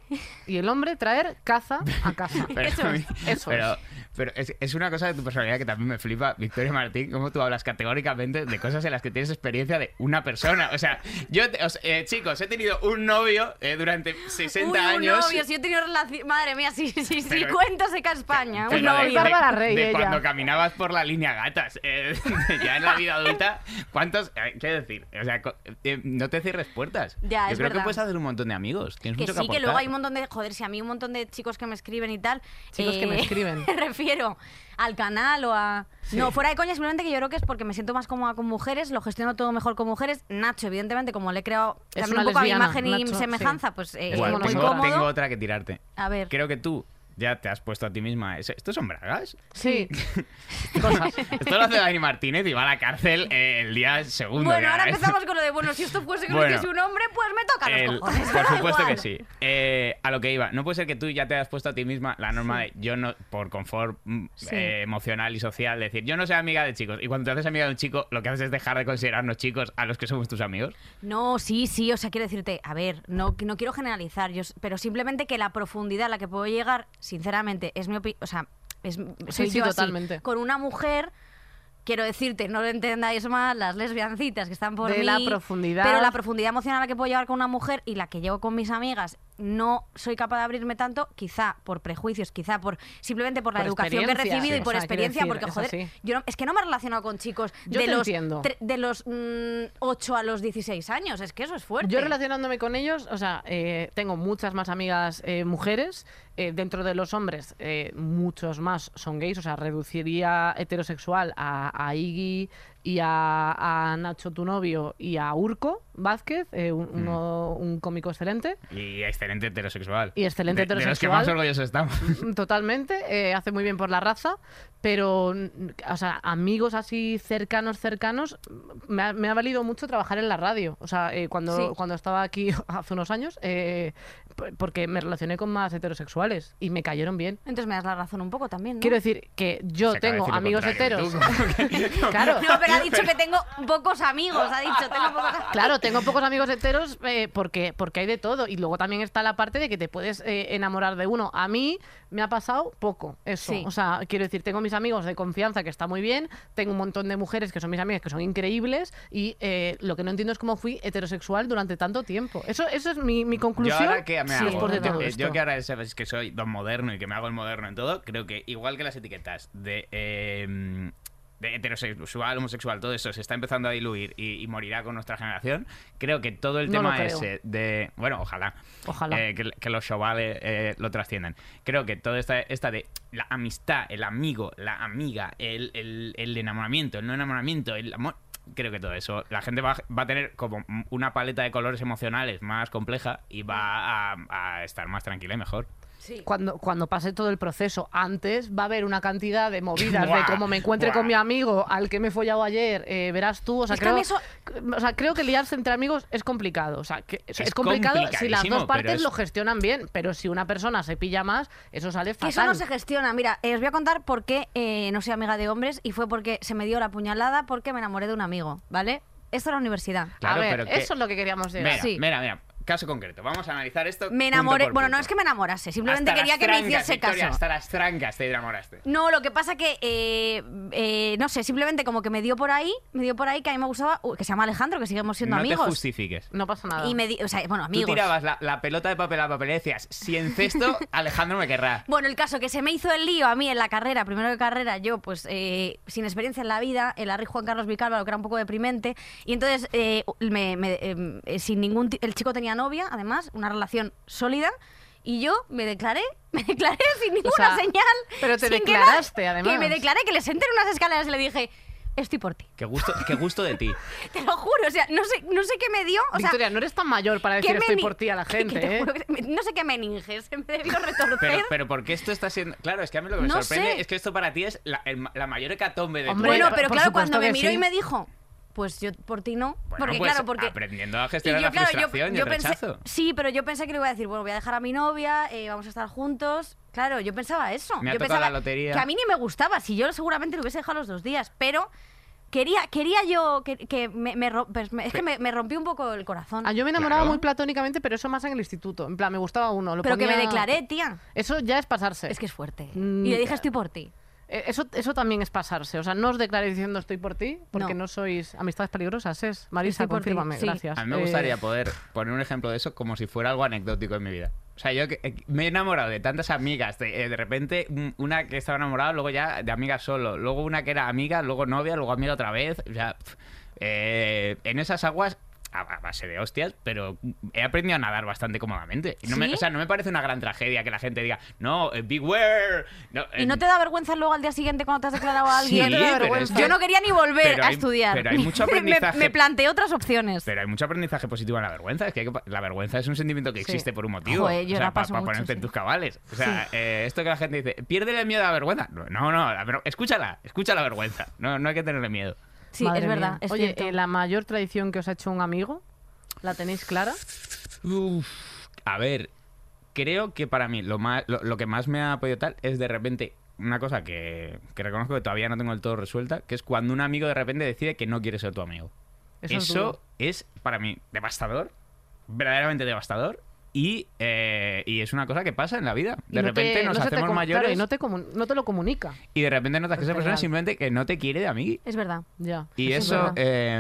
[SPEAKER 2] y el hombre traer caza a casa.
[SPEAKER 5] Pero,
[SPEAKER 2] eso es. Eso
[SPEAKER 5] pero,
[SPEAKER 2] es.
[SPEAKER 5] pero es, es una cosa de tu personalidad que también me flipa, Victoria Martín, cómo tú hablas categóricamente de cosas en las que tienes experiencia de una persona. O sea, yo, te- os- eh, chicos, he tenido un novio eh, durante 60
[SPEAKER 3] Uy,
[SPEAKER 5] años.
[SPEAKER 3] Un novio, si yo he tenido relación. Madre mía, sí, sí, sí.
[SPEAKER 5] Pero-
[SPEAKER 3] Cuento seca España. Un
[SPEAKER 5] Pero de-
[SPEAKER 3] novio.
[SPEAKER 5] de-
[SPEAKER 2] Bárbara Rey,
[SPEAKER 5] de
[SPEAKER 2] ella.
[SPEAKER 5] cuando caminabas por la línea gatas. eh, ya en la vida adulta, ¿cuántos? eh, Quiero decir, o sea, co- eh, no te cierres puertas.
[SPEAKER 3] Ya,
[SPEAKER 5] Yo
[SPEAKER 3] es
[SPEAKER 5] creo
[SPEAKER 3] verdad.
[SPEAKER 5] que puedes hacer un montón de amigos. Tienes
[SPEAKER 3] Que
[SPEAKER 5] mucho
[SPEAKER 3] sí, que
[SPEAKER 5] aportar.
[SPEAKER 3] luego hay un montón de. Joder, si a mí un montón de chicos que me escriben y tal. eh,
[SPEAKER 2] Chicos que me escriben.
[SPEAKER 3] Me refiero al canal o a. No, fuera de coña, simplemente que yo creo que es porque me siento más cómoda con mujeres, lo gestiono todo mejor con mujeres. Nacho, evidentemente, como le he creado
[SPEAKER 2] Es
[SPEAKER 3] también
[SPEAKER 2] una
[SPEAKER 3] un poco a mi
[SPEAKER 2] lesbiana,
[SPEAKER 3] imagen y
[SPEAKER 2] Nacho,
[SPEAKER 3] semejanza,
[SPEAKER 2] sí.
[SPEAKER 3] pues eh,
[SPEAKER 2] Es
[SPEAKER 5] Buah,
[SPEAKER 2] como
[SPEAKER 3] muy
[SPEAKER 5] tengo,
[SPEAKER 3] cómodo.
[SPEAKER 5] tengo otra que tirarte.
[SPEAKER 3] A ver.
[SPEAKER 5] Creo que tú ya te has puesto a ti misma. ¿es- ¿Estos son bragas?
[SPEAKER 2] Sí.
[SPEAKER 5] Esto lo hace Dani Martínez y va a la cárcel eh, el día segundo.
[SPEAKER 3] Bueno,
[SPEAKER 5] ya,
[SPEAKER 3] ahora
[SPEAKER 5] ¿eh?
[SPEAKER 3] empezamos con lo de, bueno, si esto fuese que
[SPEAKER 5] Bueno.
[SPEAKER 3] no hiciese un hombre, pues me toca los
[SPEAKER 5] El-
[SPEAKER 3] cojones.
[SPEAKER 5] por
[SPEAKER 3] da
[SPEAKER 5] supuesto
[SPEAKER 3] igual.
[SPEAKER 5] que sí. Eh, a lo que iba, no puede ser que tú ya te hayas puesto a ti misma la norma de yo no, por confort mm,
[SPEAKER 3] Sí.
[SPEAKER 5] eh, emocional y social, decir yo no soy amiga de chicos. Y cuando te haces amiga de un chico, lo que haces es dejar de considerarnos chicos a los que somos tus amigos.
[SPEAKER 3] No, sí, sí, o sea, quiero decirte, a ver, no, no quiero generalizar, yo, s- pero simplemente que la profundidad a la que puedo llegar, sinceramente, es mi opinión, o sea, es, soy
[SPEAKER 2] sí,
[SPEAKER 3] yo así.
[SPEAKER 2] totalmente.
[SPEAKER 3] Con una mujer, quiero decirte, no lo entendáis mal, las lesbiancitas que están por
[SPEAKER 2] De
[SPEAKER 3] mí.
[SPEAKER 2] la profundidad.
[SPEAKER 3] Pero la profundidad emocional a la que puedo llegar con una mujer y la que llevo con mis amigas, no soy capaz de abrirme tanto, quizá por prejuicios, quizá por simplemente por la
[SPEAKER 2] Por
[SPEAKER 3] educación que he
[SPEAKER 2] experiencia.
[SPEAKER 3] recibido
[SPEAKER 2] Sí.
[SPEAKER 3] y por
[SPEAKER 2] O sea, quiero
[SPEAKER 3] experiencia,
[SPEAKER 2] decir,
[SPEAKER 3] porque
[SPEAKER 2] es
[SPEAKER 3] joder,
[SPEAKER 2] así.
[SPEAKER 3] yo no- es que no me he relacionado con chicos
[SPEAKER 2] Yo
[SPEAKER 3] de,
[SPEAKER 2] te
[SPEAKER 3] los
[SPEAKER 2] entiendo.
[SPEAKER 3] tre- de los mm, 8 a los 16 años. Es que eso es fuerte.
[SPEAKER 2] Yo relacionándome con ellos, o sea, eh, tengo muchas más amigas eh, mujeres. eh, dentro de los hombres, eh, muchos más son gays. O sea, reduciría heterosexual a, a Iggy y a, a Nacho, tu novio, y a Urco Vázquez, eh, un,
[SPEAKER 5] Mm.
[SPEAKER 2] uno- un cómico excelente.
[SPEAKER 5] Y excelente heterosexual.
[SPEAKER 2] Y excelente
[SPEAKER 5] De- De los que
[SPEAKER 2] heterosexual.
[SPEAKER 5] más orgullosos estamos.
[SPEAKER 2] Totalmente, eh, hace muy bien por la raza, pero, mm, o sea, amigos así cercanos, cercanos, me ha, me ha valido mucho trabajar en la radio. O sea, eh, cuando,
[SPEAKER 3] Sí.
[SPEAKER 2] cuando estaba aquí hace unos años, eh, p- porque me relacioné con más heterosexuales y me cayeron bien.
[SPEAKER 3] Entonces me das la razón un poco también, ¿no?
[SPEAKER 2] Quiero decir que yo
[SPEAKER 5] Se acaba de
[SPEAKER 2] tengo
[SPEAKER 5] decir lo
[SPEAKER 2] amigos
[SPEAKER 5] contrario que
[SPEAKER 2] heteros.
[SPEAKER 5] tú, como que-
[SPEAKER 2] claro,
[SPEAKER 3] No, pero ha dicho que tengo pocos amigos, ha dicho, tengo pocos amigos.
[SPEAKER 2] Claro, tengo pocos amigos heteros eh, porque, porque hay de todo. Y luego también está la parte de que te puedes eh, enamorar de uno. A mí me ha pasado poco eso.
[SPEAKER 3] Sí.
[SPEAKER 2] O sea, quiero decir, tengo mis amigos de confianza que está muy bien, tengo un montón de mujeres que son mis amigas que son increíbles y eh, lo que no entiendo es cómo fui heterosexual durante tanto tiempo. Eso, eso es mi, mi conclusión.
[SPEAKER 5] Yo ahora que me hago,
[SPEAKER 2] después de
[SPEAKER 5] yo,
[SPEAKER 2] todo
[SPEAKER 5] eh,
[SPEAKER 2] esto.
[SPEAKER 5] yo que ahora es, es que soy don moderno y que me hago el moderno en todo, creo que igual que las etiquetas de, eh, de heterosexual, homosexual, todo eso se está empezando a diluir y, y morirá con nuestra generación, creo que todo el
[SPEAKER 2] No lo
[SPEAKER 5] tema
[SPEAKER 2] creo.
[SPEAKER 5] ese eh, de... Bueno, ojalá.
[SPEAKER 2] Ojalá.
[SPEAKER 5] eh, que, que los chavales eh, lo trasciendan. Creo que toda esta, esta de la amistad, el amigo, la amiga, el, el- el enamoramiento, el no enamoramiento, el amor. Creo que todo eso. La gente va, va a tener como una paleta de colores emocionales más compleja y va a, a estar más tranquila y mejor.
[SPEAKER 2] cuando, cuando pase todo el proceso. Antes va a haber una cantidad de movidas de
[SPEAKER 5] Buah,
[SPEAKER 2] cómo me encuentre
[SPEAKER 5] buah.
[SPEAKER 2] con mi amigo al que me he follado ayer, eh, verás tú. O sea,
[SPEAKER 3] Es que a
[SPEAKER 2] creo,
[SPEAKER 3] mí eso-
[SPEAKER 2] o sea, creo que liarse entre amigos es complicado. O sea, que- o sea,
[SPEAKER 5] Es
[SPEAKER 2] es, complicado si las
[SPEAKER 5] complicadísimo,
[SPEAKER 2] dos partes
[SPEAKER 5] pero es-
[SPEAKER 2] lo gestionan bien, pero si una persona se pilla más, eso sale
[SPEAKER 3] Que
[SPEAKER 2] fatal.
[SPEAKER 3] eso no se gestiona. Mira, eh, os voy a contar por qué eh, no soy amiga de hombres y fue porque se me dio la puñalada porque me enamoré de un amigo, ¿vale? Esto era la universidad.
[SPEAKER 5] Claro,
[SPEAKER 2] a ver,
[SPEAKER 5] pero que-
[SPEAKER 2] eso es lo que queríamos decir.
[SPEAKER 5] Mira,
[SPEAKER 3] Sí.
[SPEAKER 5] mira, mira. Caso concreto. Vamos a analizar esto.
[SPEAKER 3] Me
[SPEAKER 5] punto
[SPEAKER 3] enamoré.
[SPEAKER 5] por
[SPEAKER 3] Bueno,
[SPEAKER 5] punto.
[SPEAKER 3] no es que me enamorase, simplemente
[SPEAKER 5] Hasta
[SPEAKER 3] quería
[SPEAKER 5] las
[SPEAKER 3] que me
[SPEAKER 5] trancas,
[SPEAKER 3] hiciese
[SPEAKER 5] Victoria,
[SPEAKER 3] caso.
[SPEAKER 5] Hasta las trancas te enamoraste.
[SPEAKER 3] No, lo que pasa que, eh, eh, no sé, simplemente como que me dio por ahí, me dio por ahí que a mí me gustaba, uh, que se llama Alejandro, que seguimos siendo
[SPEAKER 5] no te
[SPEAKER 3] amigos.
[SPEAKER 5] justifiques.
[SPEAKER 2] No pasa nada.
[SPEAKER 3] y me di- o sea, bueno, amigos.
[SPEAKER 5] Tú tirabas la, la pelota de papel a papel y decías, si encesto, Alejandro me querrá.
[SPEAKER 3] Bueno, el caso que se me hizo el lío a mí en la carrera, primero de carrera, yo pues eh, sin experiencia en la vida, el Arri Juan Carlos Vicálvaro, que era un poco deprimente, y entonces eh, me- me- em, eh, sin ningún ti- el chico tenía novia, además, una relación sólida, y yo me declaré, me declaré sin ninguna
[SPEAKER 2] sea,
[SPEAKER 3] señal.
[SPEAKER 2] pero te
[SPEAKER 3] sin que
[SPEAKER 2] declaraste,
[SPEAKER 3] nada,
[SPEAKER 2] además.
[SPEAKER 3] Que me declaré, que le senté en unas escaleras y le dije, estoy por ti.
[SPEAKER 5] Qué gusto, qué gusto de ti.
[SPEAKER 3] Te lo juro, o sea, no sé, no sé qué me dio, o sea...
[SPEAKER 2] Victoria, no eres tan mayor para
[SPEAKER 3] ¿qué
[SPEAKER 2] decir
[SPEAKER 3] me
[SPEAKER 2] estoy
[SPEAKER 3] ni-
[SPEAKER 2] por ti a la
[SPEAKER 3] que te
[SPEAKER 2] gente, ¿eh?
[SPEAKER 3] juro que se me- no sé qué meninges, se me debió retorcer.
[SPEAKER 5] Pero, pero ¿por qué esto está siendo...? Claro, es que a mí lo que me
[SPEAKER 3] No
[SPEAKER 5] sorprende
[SPEAKER 3] sé.
[SPEAKER 5] es que esto para ti es la, el ma- la mayor hecatombe de
[SPEAKER 2] Hombre,
[SPEAKER 5] tu
[SPEAKER 3] Bueno,
[SPEAKER 5] vida.
[SPEAKER 3] pero
[SPEAKER 2] por
[SPEAKER 3] claro,
[SPEAKER 2] supuesto
[SPEAKER 3] cuando me
[SPEAKER 2] que
[SPEAKER 3] miró
[SPEAKER 2] sí.
[SPEAKER 3] y me dijo, pues yo por ti no.
[SPEAKER 5] Bueno,
[SPEAKER 3] porque
[SPEAKER 5] pues,
[SPEAKER 3] claro, porque.
[SPEAKER 5] Aprendiendo a
[SPEAKER 3] y yo,
[SPEAKER 5] gestionar la
[SPEAKER 3] claro, yo-
[SPEAKER 5] frustración y
[SPEAKER 3] yo
[SPEAKER 5] el
[SPEAKER 3] pensé-
[SPEAKER 5] rechazo.
[SPEAKER 3] Sí, pero yo pensé que le iba a decir, bueno, voy a dejar a mi novia, eh, vamos a estar juntos. Claro, yo pensaba eso.
[SPEAKER 5] Me ha
[SPEAKER 3] yo
[SPEAKER 5] tocado
[SPEAKER 3] pensaba
[SPEAKER 5] la lotería.
[SPEAKER 3] Que a mí ni me gustaba, si yo seguramente lo hubiese dejado los dos días, pero. Quería, quería yo que, que me, me ro- pues me- es que me, me rompió un poco el corazón.
[SPEAKER 2] Ah, yo me enamoraba
[SPEAKER 5] Claro.
[SPEAKER 2] muy platónicamente, pero eso más en el instituto. En plan, me gustaba uno. lo
[SPEAKER 3] pero que me
[SPEAKER 2] ponía-
[SPEAKER 3] declaré, tía.
[SPEAKER 2] Eso ya es pasarse.
[SPEAKER 3] Es que es fuerte.
[SPEAKER 2] Mm,
[SPEAKER 3] y le dije, estoy por ti.
[SPEAKER 2] Eh, Eso, eso también es pasarse. O sea, no os declaréis diciendo estoy por ti, porque
[SPEAKER 3] No.
[SPEAKER 2] no, sois amistades peligrosas, es. Marisa,
[SPEAKER 3] Estoy por ti,
[SPEAKER 2] confírmame,
[SPEAKER 3] sí.
[SPEAKER 2] gracias.
[SPEAKER 5] A mí me
[SPEAKER 2] Eh,
[SPEAKER 5] gustaría poder poner un ejemplo de eso como si fuera algo anecdótico en mi vida. O sea, yo que- eh, me he enamorado de tantas amigas. De, eh, de repente, un- una que estaba enamorada, luego ya de amiga solo. Luego una que era amiga, luego novia, luego amiga otra vez. O sea, pf, eh, en esas aguas, a, a base de hostias, pero he aprendido a nadar bastante cómodamente. Y No me,
[SPEAKER 3] ¿Sí?
[SPEAKER 5] o sea, no me parece una gran tragedia que la gente diga, no, eh, beware. No,
[SPEAKER 3] ¿Y no
[SPEAKER 5] eh,
[SPEAKER 3] te da vergüenza luego al día siguiente cuando te has declarado a
[SPEAKER 5] Sí,
[SPEAKER 3] alguien?
[SPEAKER 5] No te da pero vergüenza. es que-
[SPEAKER 3] Yo no quería ni volver
[SPEAKER 5] pero
[SPEAKER 3] a
[SPEAKER 5] hay-
[SPEAKER 3] estudiar.
[SPEAKER 5] pero hay mucho
[SPEAKER 3] Me- me-
[SPEAKER 5] aprendizaje.
[SPEAKER 3] Me, planteé otras opciones.
[SPEAKER 5] Pero hay mucho aprendizaje positivo en la vergüenza. Es que, hay que pa- la vergüenza es un sentimiento que
[SPEAKER 2] Sí.
[SPEAKER 5] existe por un motivo.
[SPEAKER 3] Joder, yo
[SPEAKER 5] o
[SPEAKER 3] la
[SPEAKER 5] sea, para
[SPEAKER 3] paso mucho,
[SPEAKER 5] ponerte en
[SPEAKER 3] sí.
[SPEAKER 5] tus cabales. O sea, eh, esto que la gente dice, piérdele el miedo a la vergüenza. No, no, no, la ver- escúchala, escucha la vergüenza. No, no hay que tenerle miedo.
[SPEAKER 3] Sí,
[SPEAKER 2] madre
[SPEAKER 3] es
[SPEAKER 2] mía.
[SPEAKER 3] verdad. es
[SPEAKER 2] Oye,
[SPEAKER 3] cierto.
[SPEAKER 2] eh, la mayor traición que os ha hecho un amigo, ¿la tenéis clara?
[SPEAKER 5] Uf, a ver, creo que para mí lo, más, lo, lo que más me ha podido tal es de repente una cosa que, que reconozco que todavía no tengo del todo resuelta, que es cuando un amigo de repente decide que no quiere ser tu amigo.
[SPEAKER 2] Eso
[SPEAKER 5] Eso,
[SPEAKER 2] es duro.
[SPEAKER 5] es, para mí devastador, verdaderamente devastador. Y, eh, y es una cosa que pasa en la vida.
[SPEAKER 2] Y
[SPEAKER 5] De
[SPEAKER 2] no te-
[SPEAKER 5] repente nos
[SPEAKER 2] no se te
[SPEAKER 5] hacemos
[SPEAKER 2] com- claro,
[SPEAKER 5] mayores
[SPEAKER 2] y no te, comu- no te lo comunica.
[SPEAKER 5] y de repente notas que esa
[SPEAKER 2] Es
[SPEAKER 5] persona
[SPEAKER 2] verdad.
[SPEAKER 5] simplemente que no te quiere de amigo.
[SPEAKER 3] Es verdad.
[SPEAKER 2] Ya.
[SPEAKER 5] Y
[SPEAKER 3] Eso es
[SPEAKER 5] eso, eh,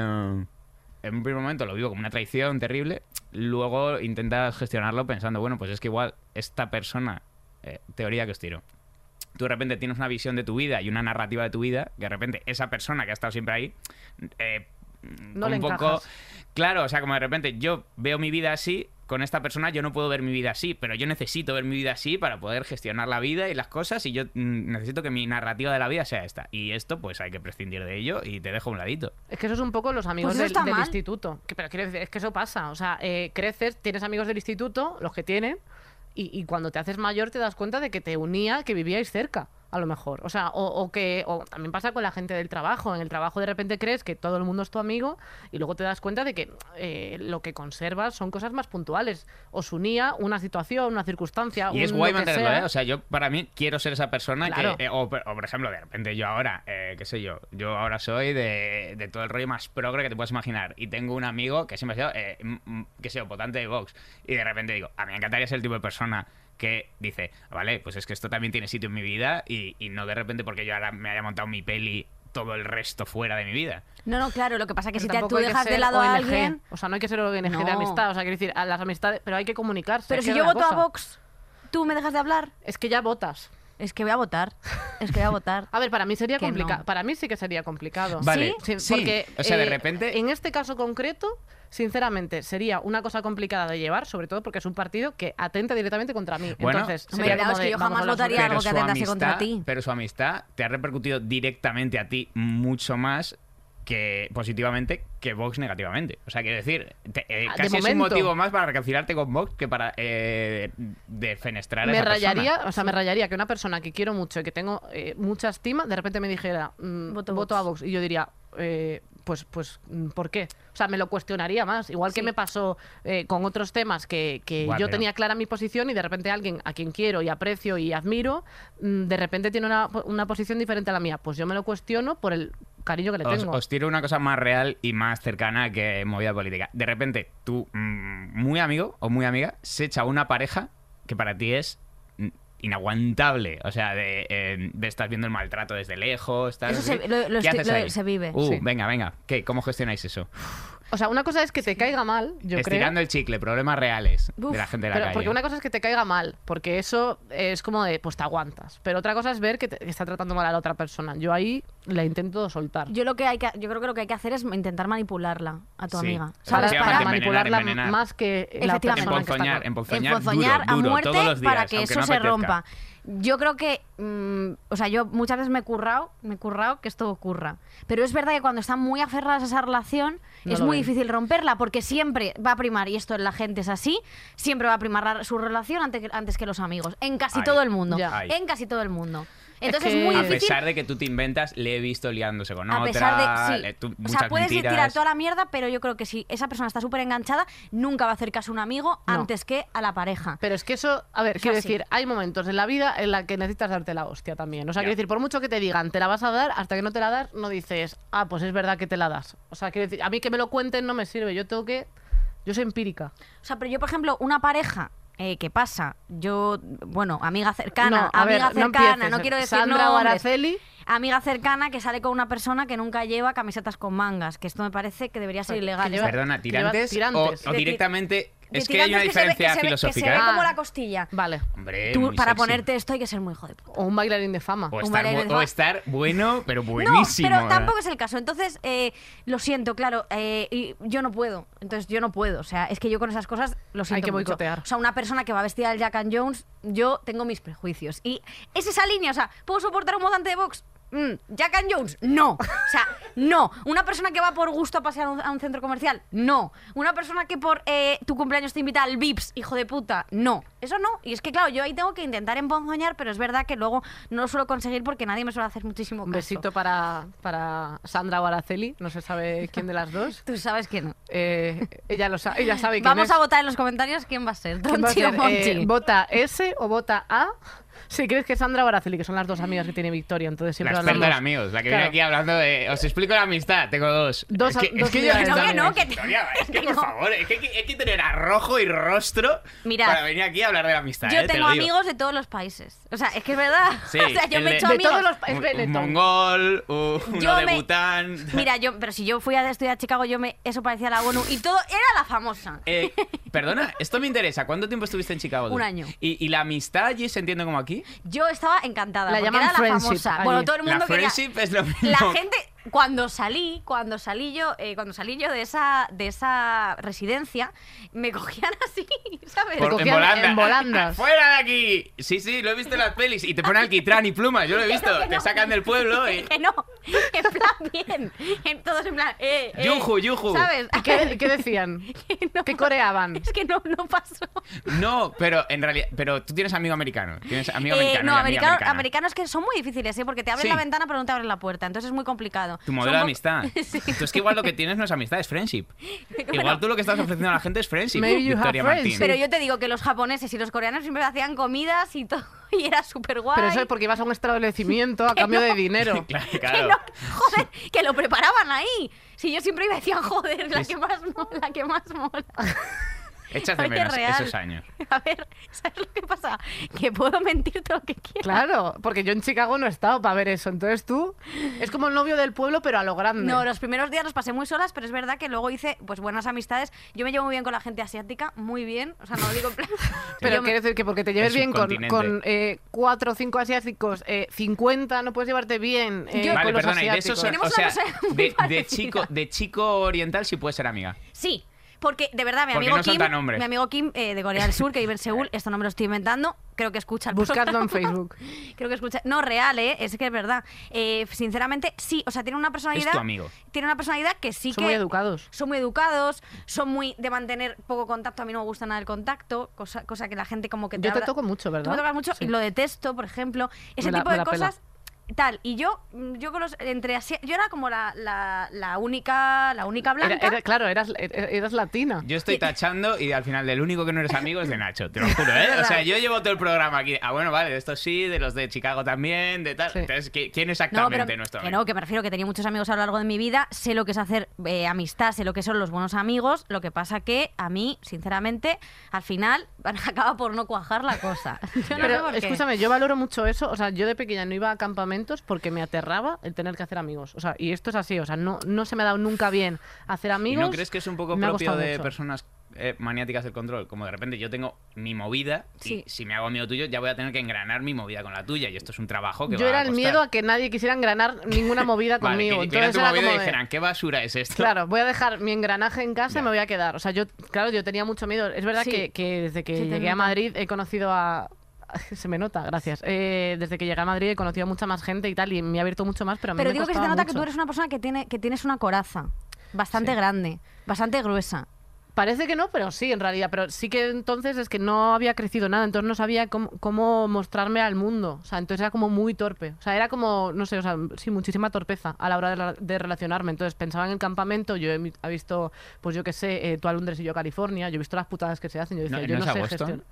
[SPEAKER 5] en un primer momento lo vivo como una traición terrible. Luego intentas gestionarlo pensando, bueno, pues es que igual esta persona, eh, teoría que os tiro. Tú de repente tienes una visión de tu vida y una narrativa de tu vida, que de repente esa persona que ha estado siempre ahí, eh,
[SPEAKER 2] No
[SPEAKER 5] con
[SPEAKER 2] le
[SPEAKER 5] un poco.
[SPEAKER 2] encajas.
[SPEAKER 5] Claro, o sea, como de repente yo veo mi vida así, con esta persona yo no puedo ver mi vida así, pero yo necesito ver mi vida así para poder gestionar la vida y las cosas y yo mm, necesito que mi narrativa de la vida sea esta. Y esto, pues hay que prescindir de ello y te dejo a un ladito.
[SPEAKER 2] Es que eso es un poco los amigos
[SPEAKER 3] Pues eso
[SPEAKER 2] del,
[SPEAKER 3] está
[SPEAKER 2] del
[SPEAKER 3] mal.
[SPEAKER 2] instituto. Que- pero quiero decir, es que eso pasa. O sea, eh, creces, tienes amigos del instituto, los que tienen, y, y cuando te haces mayor te das cuenta de que te unía, que vivíais cerca. A a lo mejor. O sea, o, o que o también pasa con la gente del trabajo. En el trabajo de repente crees que todo el mundo es tu amigo y luego te das cuenta de que eh, lo que conservas son cosas más puntuales. Os unía una situación, una circunstancia.
[SPEAKER 5] Y es
[SPEAKER 2] un
[SPEAKER 5] guay
[SPEAKER 2] lo que
[SPEAKER 5] mantenerlo,
[SPEAKER 2] sea.
[SPEAKER 5] ¿eh? O sea, yo para mí quiero ser esa persona
[SPEAKER 2] Claro.
[SPEAKER 5] que. eh, o, per- o, por ejemplo, de repente yo ahora, eh, qué sé yo, yo ahora soy de, de todo el rollo más progre que te puedas imaginar. Y tengo un amigo que siempre ha sido, eh, m- m- qué sé yo, votante de Vox. Y de repente digo, a mí me encantaría ser el tipo de persona que dice, vale, pues es que esto también tiene sitio en mi vida y, y no de repente porque yo ahora me haya montado mi peli todo el resto fuera de mi vida.
[SPEAKER 3] No, no, claro, lo que pasa es que
[SPEAKER 2] Pero
[SPEAKER 3] si te,
[SPEAKER 2] tampoco
[SPEAKER 3] tú
[SPEAKER 2] hay que
[SPEAKER 3] dejas de
[SPEAKER 2] ser
[SPEAKER 3] lado a
[SPEAKER 2] ONG.
[SPEAKER 3] alguien...
[SPEAKER 2] O sea, no hay que ser ONG de
[SPEAKER 3] No.
[SPEAKER 2] amistad. O sea, quiero decir, a las amistades. Pero hay que comunicarse.
[SPEAKER 3] Pero
[SPEAKER 2] es
[SPEAKER 3] si
[SPEAKER 2] que
[SPEAKER 3] yo
[SPEAKER 2] es una
[SPEAKER 3] voto a
[SPEAKER 2] cosa.
[SPEAKER 3] Vox, ¿tú me dejas de hablar?
[SPEAKER 2] Es que ya votas.
[SPEAKER 3] Es que voy a votar. Es que voy a votar.
[SPEAKER 2] A ver, para mí sería
[SPEAKER 3] Que no.
[SPEAKER 2] complicado. Para mí sí que sería complicado.
[SPEAKER 5] Vale,
[SPEAKER 2] Sí,
[SPEAKER 5] sí.
[SPEAKER 2] porque,
[SPEAKER 5] O sea, de
[SPEAKER 2] eh,
[SPEAKER 5] repente-
[SPEAKER 2] En este caso concreto, sinceramente, sería una cosa complicada de llevar, sobre todo porque es un partido que atenta directamente contra mí.
[SPEAKER 5] Bueno,
[SPEAKER 2] Entonces,
[SPEAKER 5] Hombre,
[SPEAKER 2] sería
[SPEAKER 5] claro,
[SPEAKER 2] como
[SPEAKER 3] es que
[SPEAKER 2] de,
[SPEAKER 3] yo
[SPEAKER 2] vamos
[SPEAKER 3] jamás
[SPEAKER 2] a la
[SPEAKER 3] votaría
[SPEAKER 2] suerte.
[SPEAKER 3] algo que
[SPEAKER 5] su
[SPEAKER 3] atentase contra ti.
[SPEAKER 5] Pero su amistad te ha repercutido directamente a ti mucho más que positivamente que Vox negativamente. O sea, quiero decir, te- eh,
[SPEAKER 2] Ah, de
[SPEAKER 5] casi es un
[SPEAKER 2] momento.
[SPEAKER 5] motivo más para reconciliarte con Vox que para eh, defenestrar a
[SPEAKER 2] Me
[SPEAKER 5] esa
[SPEAKER 2] rayaría,
[SPEAKER 5] persona.
[SPEAKER 2] o sea, me rayaría que una persona que quiero mucho y que tengo eh, mucha estima, de repente me dijera, mm,
[SPEAKER 3] Voto
[SPEAKER 2] voto,
[SPEAKER 3] Vox.
[SPEAKER 2] a Vox. Y yo diría, eh, pues, pues, mm, ¿por qué? O sea, me lo cuestionaría más. Igual que
[SPEAKER 3] Sí.
[SPEAKER 2] me pasó eh, con otros temas que, que
[SPEAKER 5] Buah,
[SPEAKER 2] yo
[SPEAKER 5] pero-
[SPEAKER 2] tenía clara mi posición y de repente alguien a quien quiero y aprecio y admiro, mm, de repente tiene una, una posición diferente a la mía. Pues yo me lo cuestiono por el cariño que le
[SPEAKER 5] Os,
[SPEAKER 2] tengo.
[SPEAKER 5] os tiro una cosa más real y más cercana que movida política. De repente, tu mm, muy amigo o muy amiga se echa una pareja que para ti es mm, inaguantable. O sea, de, eh, de estás viendo el maltrato desde lejos. tal,
[SPEAKER 3] Eso
[SPEAKER 5] no sé
[SPEAKER 3] se-
[SPEAKER 5] qué.
[SPEAKER 3] lo- lo
[SPEAKER 5] ¿Qué
[SPEAKER 3] estoy-
[SPEAKER 5] haces
[SPEAKER 3] lo-
[SPEAKER 5] ahí?
[SPEAKER 3] se vive,
[SPEAKER 5] Uh,
[SPEAKER 2] sí.
[SPEAKER 5] Venga, venga. ¿Qué? ¿Cómo gestionáis eso?
[SPEAKER 2] O sea, una cosa es que te caiga mal, yo creo.
[SPEAKER 5] Estirando el chicle, problemas reales
[SPEAKER 3] Uf,
[SPEAKER 5] de la gente de la
[SPEAKER 2] Pero-
[SPEAKER 5] calle.
[SPEAKER 2] porque una cosa es que te caiga mal, porque eso es como de, pues te aguantas. Pero otra cosa es ver que, te- que está tratando mal a la otra persona. Yo ahí la intento soltar.
[SPEAKER 3] Yo, lo que hay que, yo creo que lo que hay que hacer es intentar manipularla a tu
[SPEAKER 5] Sí.
[SPEAKER 3] amiga.
[SPEAKER 2] O sea,
[SPEAKER 5] Efectivamente,
[SPEAKER 2] para, para
[SPEAKER 5] envenenar,
[SPEAKER 2] manipularla
[SPEAKER 5] envenenar. em-
[SPEAKER 2] más que la
[SPEAKER 3] Efectivamente.
[SPEAKER 2] persona que está
[SPEAKER 5] Emponzoñar,
[SPEAKER 2] con-
[SPEAKER 5] Emponzoñar
[SPEAKER 3] Emponzoñar
[SPEAKER 5] duro, duro,
[SPEAKER 3] a muerte
[SPEAKER 5] todos los días,
[SPEAKER 3] para que
[SPEAKER 5] aunque
[SPEAKER 3] eso
[SPEAKER 5] no
[SPEAKER 3] se
[SPEAKER 5] apetezca.
[SPEAKER 3] rompa. Yo creo que, mm, o sea, yo muchas veces me he currado, me he currado que esto ocurra. Pero es verdad que cuando están muy aferradas a esa relación
[SPEAKER 2] No
[SPEAKER 3] es
[SPEAKER 2] lo
[SPEAKER 3] muy
[SPEAKER 2] ven.
[SPEAKER 3] difícil romperla porque siempre va a primar, y esto en la gente es así, siempre va a primar la- su relación ante- antes que, los amigos. En casi
[SPEAKER 5] Ahí.
[SPEAKER 3] todo el mundo.
[SPEAKER 2] Ya.
[SPEAKER 5] Ahí.
[SPEAKER 3] En casi todo el mundo.
[SPEAKER 2] Es
[SPEAKER 3] Entonces es,
[SPEAKER 2] que-
[SPEAKER 3] muy
[SPEAKER 5] a
[SPEAKER 3] difícil
[SPEAKER 5] pesar de que tú te inventas, le he visto liándose con
[SPEAKER 3] a
[SPEAKER 5] otra.
[SPEAKER 3] pesar de sí.
[SPEAKER 5] le- tú-
[SPEAKER 3] o
[SPEAKER 5] muchas
[SPEAKER 3] sea, puedes
[SPEAKER 5] mentiras.
[SPEAKER 3] tirar toda la mierda, pero yo creo que si esa persona está súper enganchada, nunca va a hacer caso a un amigo
[SPEAKER 2] No.
[SPEAKER 3] antes que a la pareja.
[SPEAKER 2] Pero es que eso, a ver,
[SPEAKER 3] Es
[SPEAKER 2] quiero
[SPEAKER 3] así.
[SPEAKER 2] decir, hay momentos en la vida en la que necesitas darte la hostia también. O sea,
[SPEAKER 5] Ya.
[SPEAKER 2] quiero decir, por mucho que te digan, te la vas a dar, hasta que no te la das, no dices, ah, pues es verdad que te la das. O sea, quiero decir, a mí que me lo cuenten no me sirve. Yo tengo que. Yo soy empírica.
[SPEAKER 3] O sea, pero yo, por ejemplo, una pareja eh, que pasa, yo, bueno, amiga cercana,
[SPEAKER 2] No, a ver,
[SPEAKER 3] amiga
[SPEAKER 2] no
[SPEAKER 3] cercana, no,
[SPEAKER 2] empieces. ¿eh?
[SPEAKER 3] quiero decir
[SPEAKER 2] Sandra o
[SPEAKER 3] nombres,
[SPEAKER 2] Araceli.
[SPEAKER 3] amiga cercana que sale con una persona que nunca lleva camisetas con mangas, que esto me parece que debería ser
[SPEAKER 5] Pues,
[SPEAKER 2] Pero,
[SPEAKER 3] ilegal.
[SPEAKER 2] que lleva-
[SPEAKER 5] Perdona,
[SPEAKER 2] que lleva
[SPEAKER 5] tirantes,
[SPEAKER 2] tirantes.
[SPEAKER 5] O, o
[SPEAKER 3] De ti-
[SPEAKER 5] directamente.
[SPEAKER 3] De
[SPEAKER 5] Es que hay
[SPEAKER 3] tirantes
[SPEAKER 5] una
[SPEAKER 3] se ve-
[SPEAKER 5] diferencia
[SPEAKER 3] que se ve- que
[SPEAKER 5] filosófica.
[SPEAKER 3] Se ve
[SPEAKER 5] ¿eh?
[SPEAKER 2] Ah.
[SPEAKER 3] como la costilla.
[SPEAKER 2] Vale.
[SPEAKER 5] Hombre,
[SPEAKER 3] Tú,
[SPEAKER 5] muy
[SPEAKER 3] para
[SPEAKER 5] sexy.
[SPEAKER 3] ponerte esto hay que ser muy hijo de puta.
[SPEAKER 2] O un bailarín de fama.
[SPEAKER 5] O
[SPEAKER 3] un
[SPEAKER 5] estar,
[SPEAKER 3] bailarín
[SPEAKER 5] bu-
[SPEAKER 3] de
[SPEAKER 5] o
[SPEAKER 3] fa-
[SPEAKER 5] estar bueno, pero buenísimo.
[SPEAKER 2] ¿eh?
[SPEAKER 3] No, pero tampoco es el caso. Entonces, eh, lo siento, claro, eh, y yo no puedo. Entonces, yo no puedo. O sea, es que yo con esas cosas lo siento
[SPEAKER 2] que
[SPEAKER 3] mucho.
[SPEAKER 2] boicotear.
[SPEAKER 3] O sea, una persona que va vestida del Jack and Jones, yo tengo mis prejuicios. Y es esa línea, o sea, ¿puedo soportar un modante de box? Mm, Jack and Jones, no. O sea, no. Una persona que va por gusto a pasear a un, a un centro comercial, no. Una persona que por eh, tu cumpleaños te invita al Vips, hijo de puta, no. Eso no. Y es que, claro, yo ahí tengo que intentar emponzoñar, pero es verdad que luego no lo suelo conseguir porque nadie me suele hacer muchísimo caso.
[SPEAKER 2] Un besito para, para Sandra o Araceli, no se sabe quién de las dos.
[SPEAKER 3] Tú sabes que no.
[SPEAKER 2] Eh, ella lo sabe, ella sabe quién
[SPEAKER 3] Vamos
[SPEAKER 2] es.
[SPEAKER 3] a votar en los comentarios quién va a ser,
[SPEAKER 2] ¿Quién va a
[SPEAKER 3] Tonchi o
[SPEAKER 2] ser?
[SPEAKER 3] Monchi.
[SPEAKER 2] Eh, ¿Vota S o vota A? Si crees que Sandra o Araceli, que son las dos amigas que tiene Victoria, entonces
[SPEAKER 5] La
[SPEAKER 2] siempre
[SPEAKER 5] experta
[SPEAKER 2] hablamos.
[SPEAKER 5] de amigos, la que
[SPEAKER 2] Claro.
[SPEAKER 5] viene aquí hablando de. Os explico la amistad, tengo dos.
[SPEAKER 2] Dos
[SPEAKER 5] es que,
[SPEAKER 2] a- dos
[SPEAKER 5] es que yo
[SPEAKER 2] unidades
[SPEAKER 3] de
[SPEAKER 5] estaba-
[SPEAKER 3] amigos. No, que no, que te-
[SPEAKER 5] Victoria, Es que por
[SPEAKER 3] no.
[SPEAKER 5] favor, es que hay, que hay que tener arrojo y rostro
[SPEAKER 3] Mirad,
[SPEAKER 5] para venir aquí a hablar de la amistad.
[SPEAKER 3] yo
[SPEAKER 5] eh, te
[SPEAKER 3] tengo
[SPEAKER 5] lo digo.
[SPEAKER 3] amigos de todos los países. O sea, es que es verdad.
[SPEAKER 5] Sí,
[SPEAKER 3] o sea, yo
[SPEAKER 5] el
[SPEAKER 3] me he
[SPEAKER 5] de-
[SPEAKER 3] hecho
[SPEAKER 5] de
[SPEAKER 3] amigos.
[SPEAKER 2] todos los pa- es
[SPEAKER 5] Un- un
[SPEAKER 2] Benetton.
[SPEAKER 5] mongol, un- uno
[SPEAKER 3] Yo
[SPEAKER 5] de
[SPEAKER 3] me-
[SPEAKER 5] Bután.
[SPEAKER 3] Mira, yo, pero si yo fui a estudiar a Chicago, yo me, eso parecía la ONU y todo era la famosa.
[SPEAKER 5] Eh, perdona, esto me interesa. ¿Cuánto tiempo estuviste en Chicago? tú?
[SPEAKER 3] Un año.
[SPEAKER 5] ¿Y, y la amistad allí se entiende como aquí?
[SPEAKER 3] Yo estaba encantada.
[SPEAKER 2] La
[SPEAKER 3] porque
[SPEAKER 2] llaman
[SPEAKER 3] era la
[SPEAKER 2] friendship
[SPEAKER 3] famosa.
[SPEAKER 2] allí.
[SPEAKER 3] Bueno, todo el mundo
[SPEAKER 5] la
[SPEAKER 3] quería.
[SPEAKER 5] friendship es lo mismo.
[SPEAKER 3] La gente cuando salí, cuando salí yo, eh, cuando salí yo de esa, de esa residencia, me cogían así, ¿sabes?
[SPEAKER 5] Por-
[SPEAKER 2] cogían en volandas.
[SPEAKER 5] ¡Fuera de aquí! Sí, sí, lo he visto en las pelis. Y te ponen alquitrán y pluma, yo lo he visto.
[SPEAKER 3] Que no,
[SPEAKER 5] Te sacan del pueblo y...
[SPEAKER 3] Que no, en plan bien, en, todos en plan, eh, eh,
[SPEAKER 5] Yuju, yuju.
[SPEAKER 3] ¿Sabes?
[SPEAKER 2] ¿Y ¿Qué, qué decían?
[SPEAKER 3] Que no.
[SPEAKER 2] ¿Qué coreaban?
[SPEAKER 3] Es que no, no pasó.
[SPEAKER 5] No, pero en realidad... Pero tú tienes amigo americano. Tienes amigo
[SPEAKER 3] Eh,
[SPEAKER 5] americano
[SPEAKER 3] no,
[SPEAKER 5] y amiga
[SPEAKER 3] americano-
[SPEAKER 5] americana.
[SPEAKER 3] americanos que son muy difíciles, ¿eh? porque te abren
[SPEAKER 5] Sí.
[SPEAKER 3] la ventana pero no te abren la puerta, entonces es muy complicado.
[SPEAKER 5] Tu
[SPEAKER 3] Son
[SPEAKER 5] modelo de
[SPEAKER 3] po-
[SPEAKER 5] amistad. Tú es que igual lo que tienes no es amistad, es friendship. Igual tú lo que estás ofreciendo a la gente es friendship,
[SPEAKER 2] Maybe you have
[SPEAKER 5] Victoria
[SPEAKER 2] friends.
[SPEAKER 5] Martín.
[SPEAKER 3] Pero yo te digo que los japoneses y los coreanos siempre hacían comidas y todo, y era súper guay.
[SPEAKER 2] Pero eso es porque ibas a un establecimiento a cambio de dinero.
[SPEAKER 5] Claro,
[SPEAKER 3] Que
[SPEAKER 5] claro.
[SPEAKER 3] no, joder, que lo preparaban ahí. Si yo siempre iba y decían, joder, la
[SPEAKER 5] Es-
[SPEAKER 3] que más mola, la que más mola.
[SPEAKER 5] Echas de
[SPEAKER 3] Oye,
[SPEAKER 5] menos
[SPEAKER 3] real.
[SPEAKER 5] esos años.
[SPEAKER 3] A ver, ¿sabes lo que pasa? Que puedo mentir todo lo que quiera.
[SPEAKER 2] Claro, porque yo en Chicago no he estado para ver eso. Entonces tú es como el novio del pueblo, pero a lo grande.
[SPEAKER 3] No, los primeros días los pasé muy solas, pero es verdad que luego hice pues buenas amistades. Yo me llevo muy bien con la gente asiática, muy bien. O sea, no lo digo en plan.
[SPEAKER 2] Pero
[SPEAKER 3] yo me-
[SPEAKER 2] quiero decir que porque te lleves
[SPEAKER 5] El
[SPEAKER 2] bien con,
[SPEAKER 5] subcontinente.
[SPEAKER 2] con eh, cuatro o cinco asiáticos, eh, 50 no puedes llevarte bien eh,
[SPEAKER 3] Yo-
[SPEAKER 2] con
[SPEAKER 5] Vale,
[SPEAKER 2] los
[SPEAKER 5] perdona, y de esos,
[SPEAKER 2] asiáticos.
[SPEAKER 5] o
[SPEAKER 3] Tenemos
[SPEAKER 5] sea,
[SPEAKER 3] una cosa muy
[SPEAKER 5] de, de
[SPEAKER 3] parecida.
[SPEAKER 5] chico, de chico oriental sí puedes ser amiga.
[SPEAKER 3] Sí, porque de verdad, mi
[SPEAKER 5] Porque
[SPEAKER 3] amigo
[SPEAKER 5] no
[SPEAKER 3] Kim,
[SPEAKER 5] saltan hombres.
[SPEAKER 3] mi amigo Kim eh, de Corea del Sur, que vive en Seúl, esto no me lo estoy inventando, creo que escucha el
[SPEAKER 2] Buscadlo en
[SPEAKER 3] programa.
[SPEAKER 2] Facebook.
[SPEAKER 3] Creo que escucha. No, real, ¿eh? Es que es verdad. Eh, sinceramente, sí. O sea, tiene una personalidad.
[SPEAKER 5] Es tu amigo.
[SPEAKER 3] Tiene una personalidad que sí
[SPEAKER 2] Son
[SPEAKER 3] que.
[SPEAKER 2] muy educados.
[SPEAKER 3] Son muy educados, son muy de mantener poco contacto. A mí no me gusta nada el contacto, cosa, cosa que la gente como que te
[SPEAKER 2] Yo te
[SPEAKER 3] habla-
[SPEAKER 2] toco mucho, ¿verdad?
[SPEAKER 3] Tú me tocas mucho
[SPEAKER 2] Sí.
[SPEAKER 3] y lo detesto, por ejemplo. Ese
[SPEAKER 2] Me la-
[SPEAKER 3] tipo
[SPEAKER 2] me
[SPEAKER 3] de
[SPEAKER 2] la pela.
[SPEAKER 3] cosas. Tal, y yo, mm, yo con los, entre asi- yo era como la, la, la única, la única
[SPEAKER 2] Era-
[SPEAKER 3] blanca.
[SPEAKER 2] era- claro, eras, er- eras latina.
[SPEAKER 5] Yo estoy tachando y al final del único que no eres amigo es de Nacho, te lo juro,
[SPEAKER 3] Es
[SPEAKER 5] ¿eh?
[SPEAKER 3] verdad.
[SPEAKER 5] O sea, yo llevo todo el programa aquí. Ah, bueno, vale, de estos sí, de los de Chicago también, de tal.
[SPEAKER 2] Sí.
[SPEAKER 5] Entonces, ¿qui- ¿quién
[SPEAKER 3] No,
[SPEAKER 5] exactamente
[SPEAKER 3] pero
[SPEAKER 5] nuestro
[SPEAKER 3] que
[SPEAKER 5] amigo?
[SPEAKER 3] no, que me refiero que tenía muchos amigos a lo largo de mi vida, sé lo que es hacer eh, amistad, sé lo que son los buenos amigos, lo que pasa que a mí, sinceramente, al final acaba por no cuajar la cosa. Yo no sé
[SPEAKER 2] Pero
[SPEAKER 3] por qué.
[SPEAKER 2] escúchame, yo valoro mucho eso. O sea, yo de pequeña no iba a campamentos porque me aterraba el tener que hacer amigos. O sea, y esto es así. O sea, no, no se me ha dado nunca bien hacer
[SPEAKER 5] ¿Y
[SPEAKER 2] amigos.
[SPEAKER 5] no crees que es un poco
[SPEAKER 2] me ha
[SPEAKER 5] propio
[SPEAKER 2] costado
[SPEAKER 5] de
[SPEAKER 2] mucho.
[SPEAKER 5] personas eh, maniáticas del control? Como de repente yo tengo mi movida
[SPEAKER 3] Sí.
[SPEAKER 5] y si me hago amigo tuyo ya voy a tener que engranar mi movida con la tuya y esto es un trabajo que
[SPEAKER 2] Yo
[SPEAKER 5] va
[SPEAKER 2] era
[SPEAKER 5] a
[SPEAKER 2] el
[SPEAKER 5] costar.
[SPEAKER 2] miedo a que nadie quisiera engranar ninguna movida
[SPEAKER 5] Vale, que
[SPEAKER 2] conmigo.
[SPEAKER 5] vieran
[SPEAKER 2] Entonces
[SPEAKER 5] tu
[SPEAKER 2] era
[SPEAKER 5] movida
[SPEAKER 2] como
[SPEAKER 5] y
[SPEAKER 2] de-
[SPEAKER 5] dijeran, ¿qué basura es esto?
[SPEAKER 2] Claro, voy a dejar mi engranaje en casa
[SPEAKER 5] Ya.
[SPEAKER 2] y me voy a quedar. O sea, yo, claro, yo tenía mucho miedo. Es verdad
[SPEAKER 3] Sí.
[SPEAKER 2] que, que desde que
[SPEAKER 3] Se te
[SPEAKER 2] llegué a
[SPEAKER 3] nota.
[SPEAKER 2] Madrid he conocido a... Se me nota, gracias. Eh, desde que llegué a Madrid he conocido a mucha más gente y tal, y me ha abierto mucho más, pero a mí
[SPEAKER 3] Pero
[SPEAKER 2] me
[SPEAKER 3] digo que se te
[SPEAKER 2] costaba
[SPEAKER 3] nota que
[SPEAKER 2] mucho.
[SPEAKER 3] tú eres una persona que, tiene, que tienes una coraza bastante grande, bastante gruesa.
[SPEAKER 2] Parece que no, pero sí, en realidad. Pero sí que entonces es que no había crecido nada, entonces no sabía cómo, cómo mostrarme al mundo. O sea, entonces era como muy torpe. O sea, era como, no sé, o sea, sí, muchísima torpeza a la hora de, la- de relacionarme. Entonces pensaba en el campamento, yo he, mi- he visto, pues yo qué sé, eh, tú a Londres y yo a California, yo he visto las putadas que se hacen, yo decía,
[SPEAKER 5] No,
[SPEAKER 2] yo no,
[SPEAKER 5] ¿no es
[SPEAKER 2] sé
[SPEAKER 5] Agosto?
[SPEAKER 2] gestionar.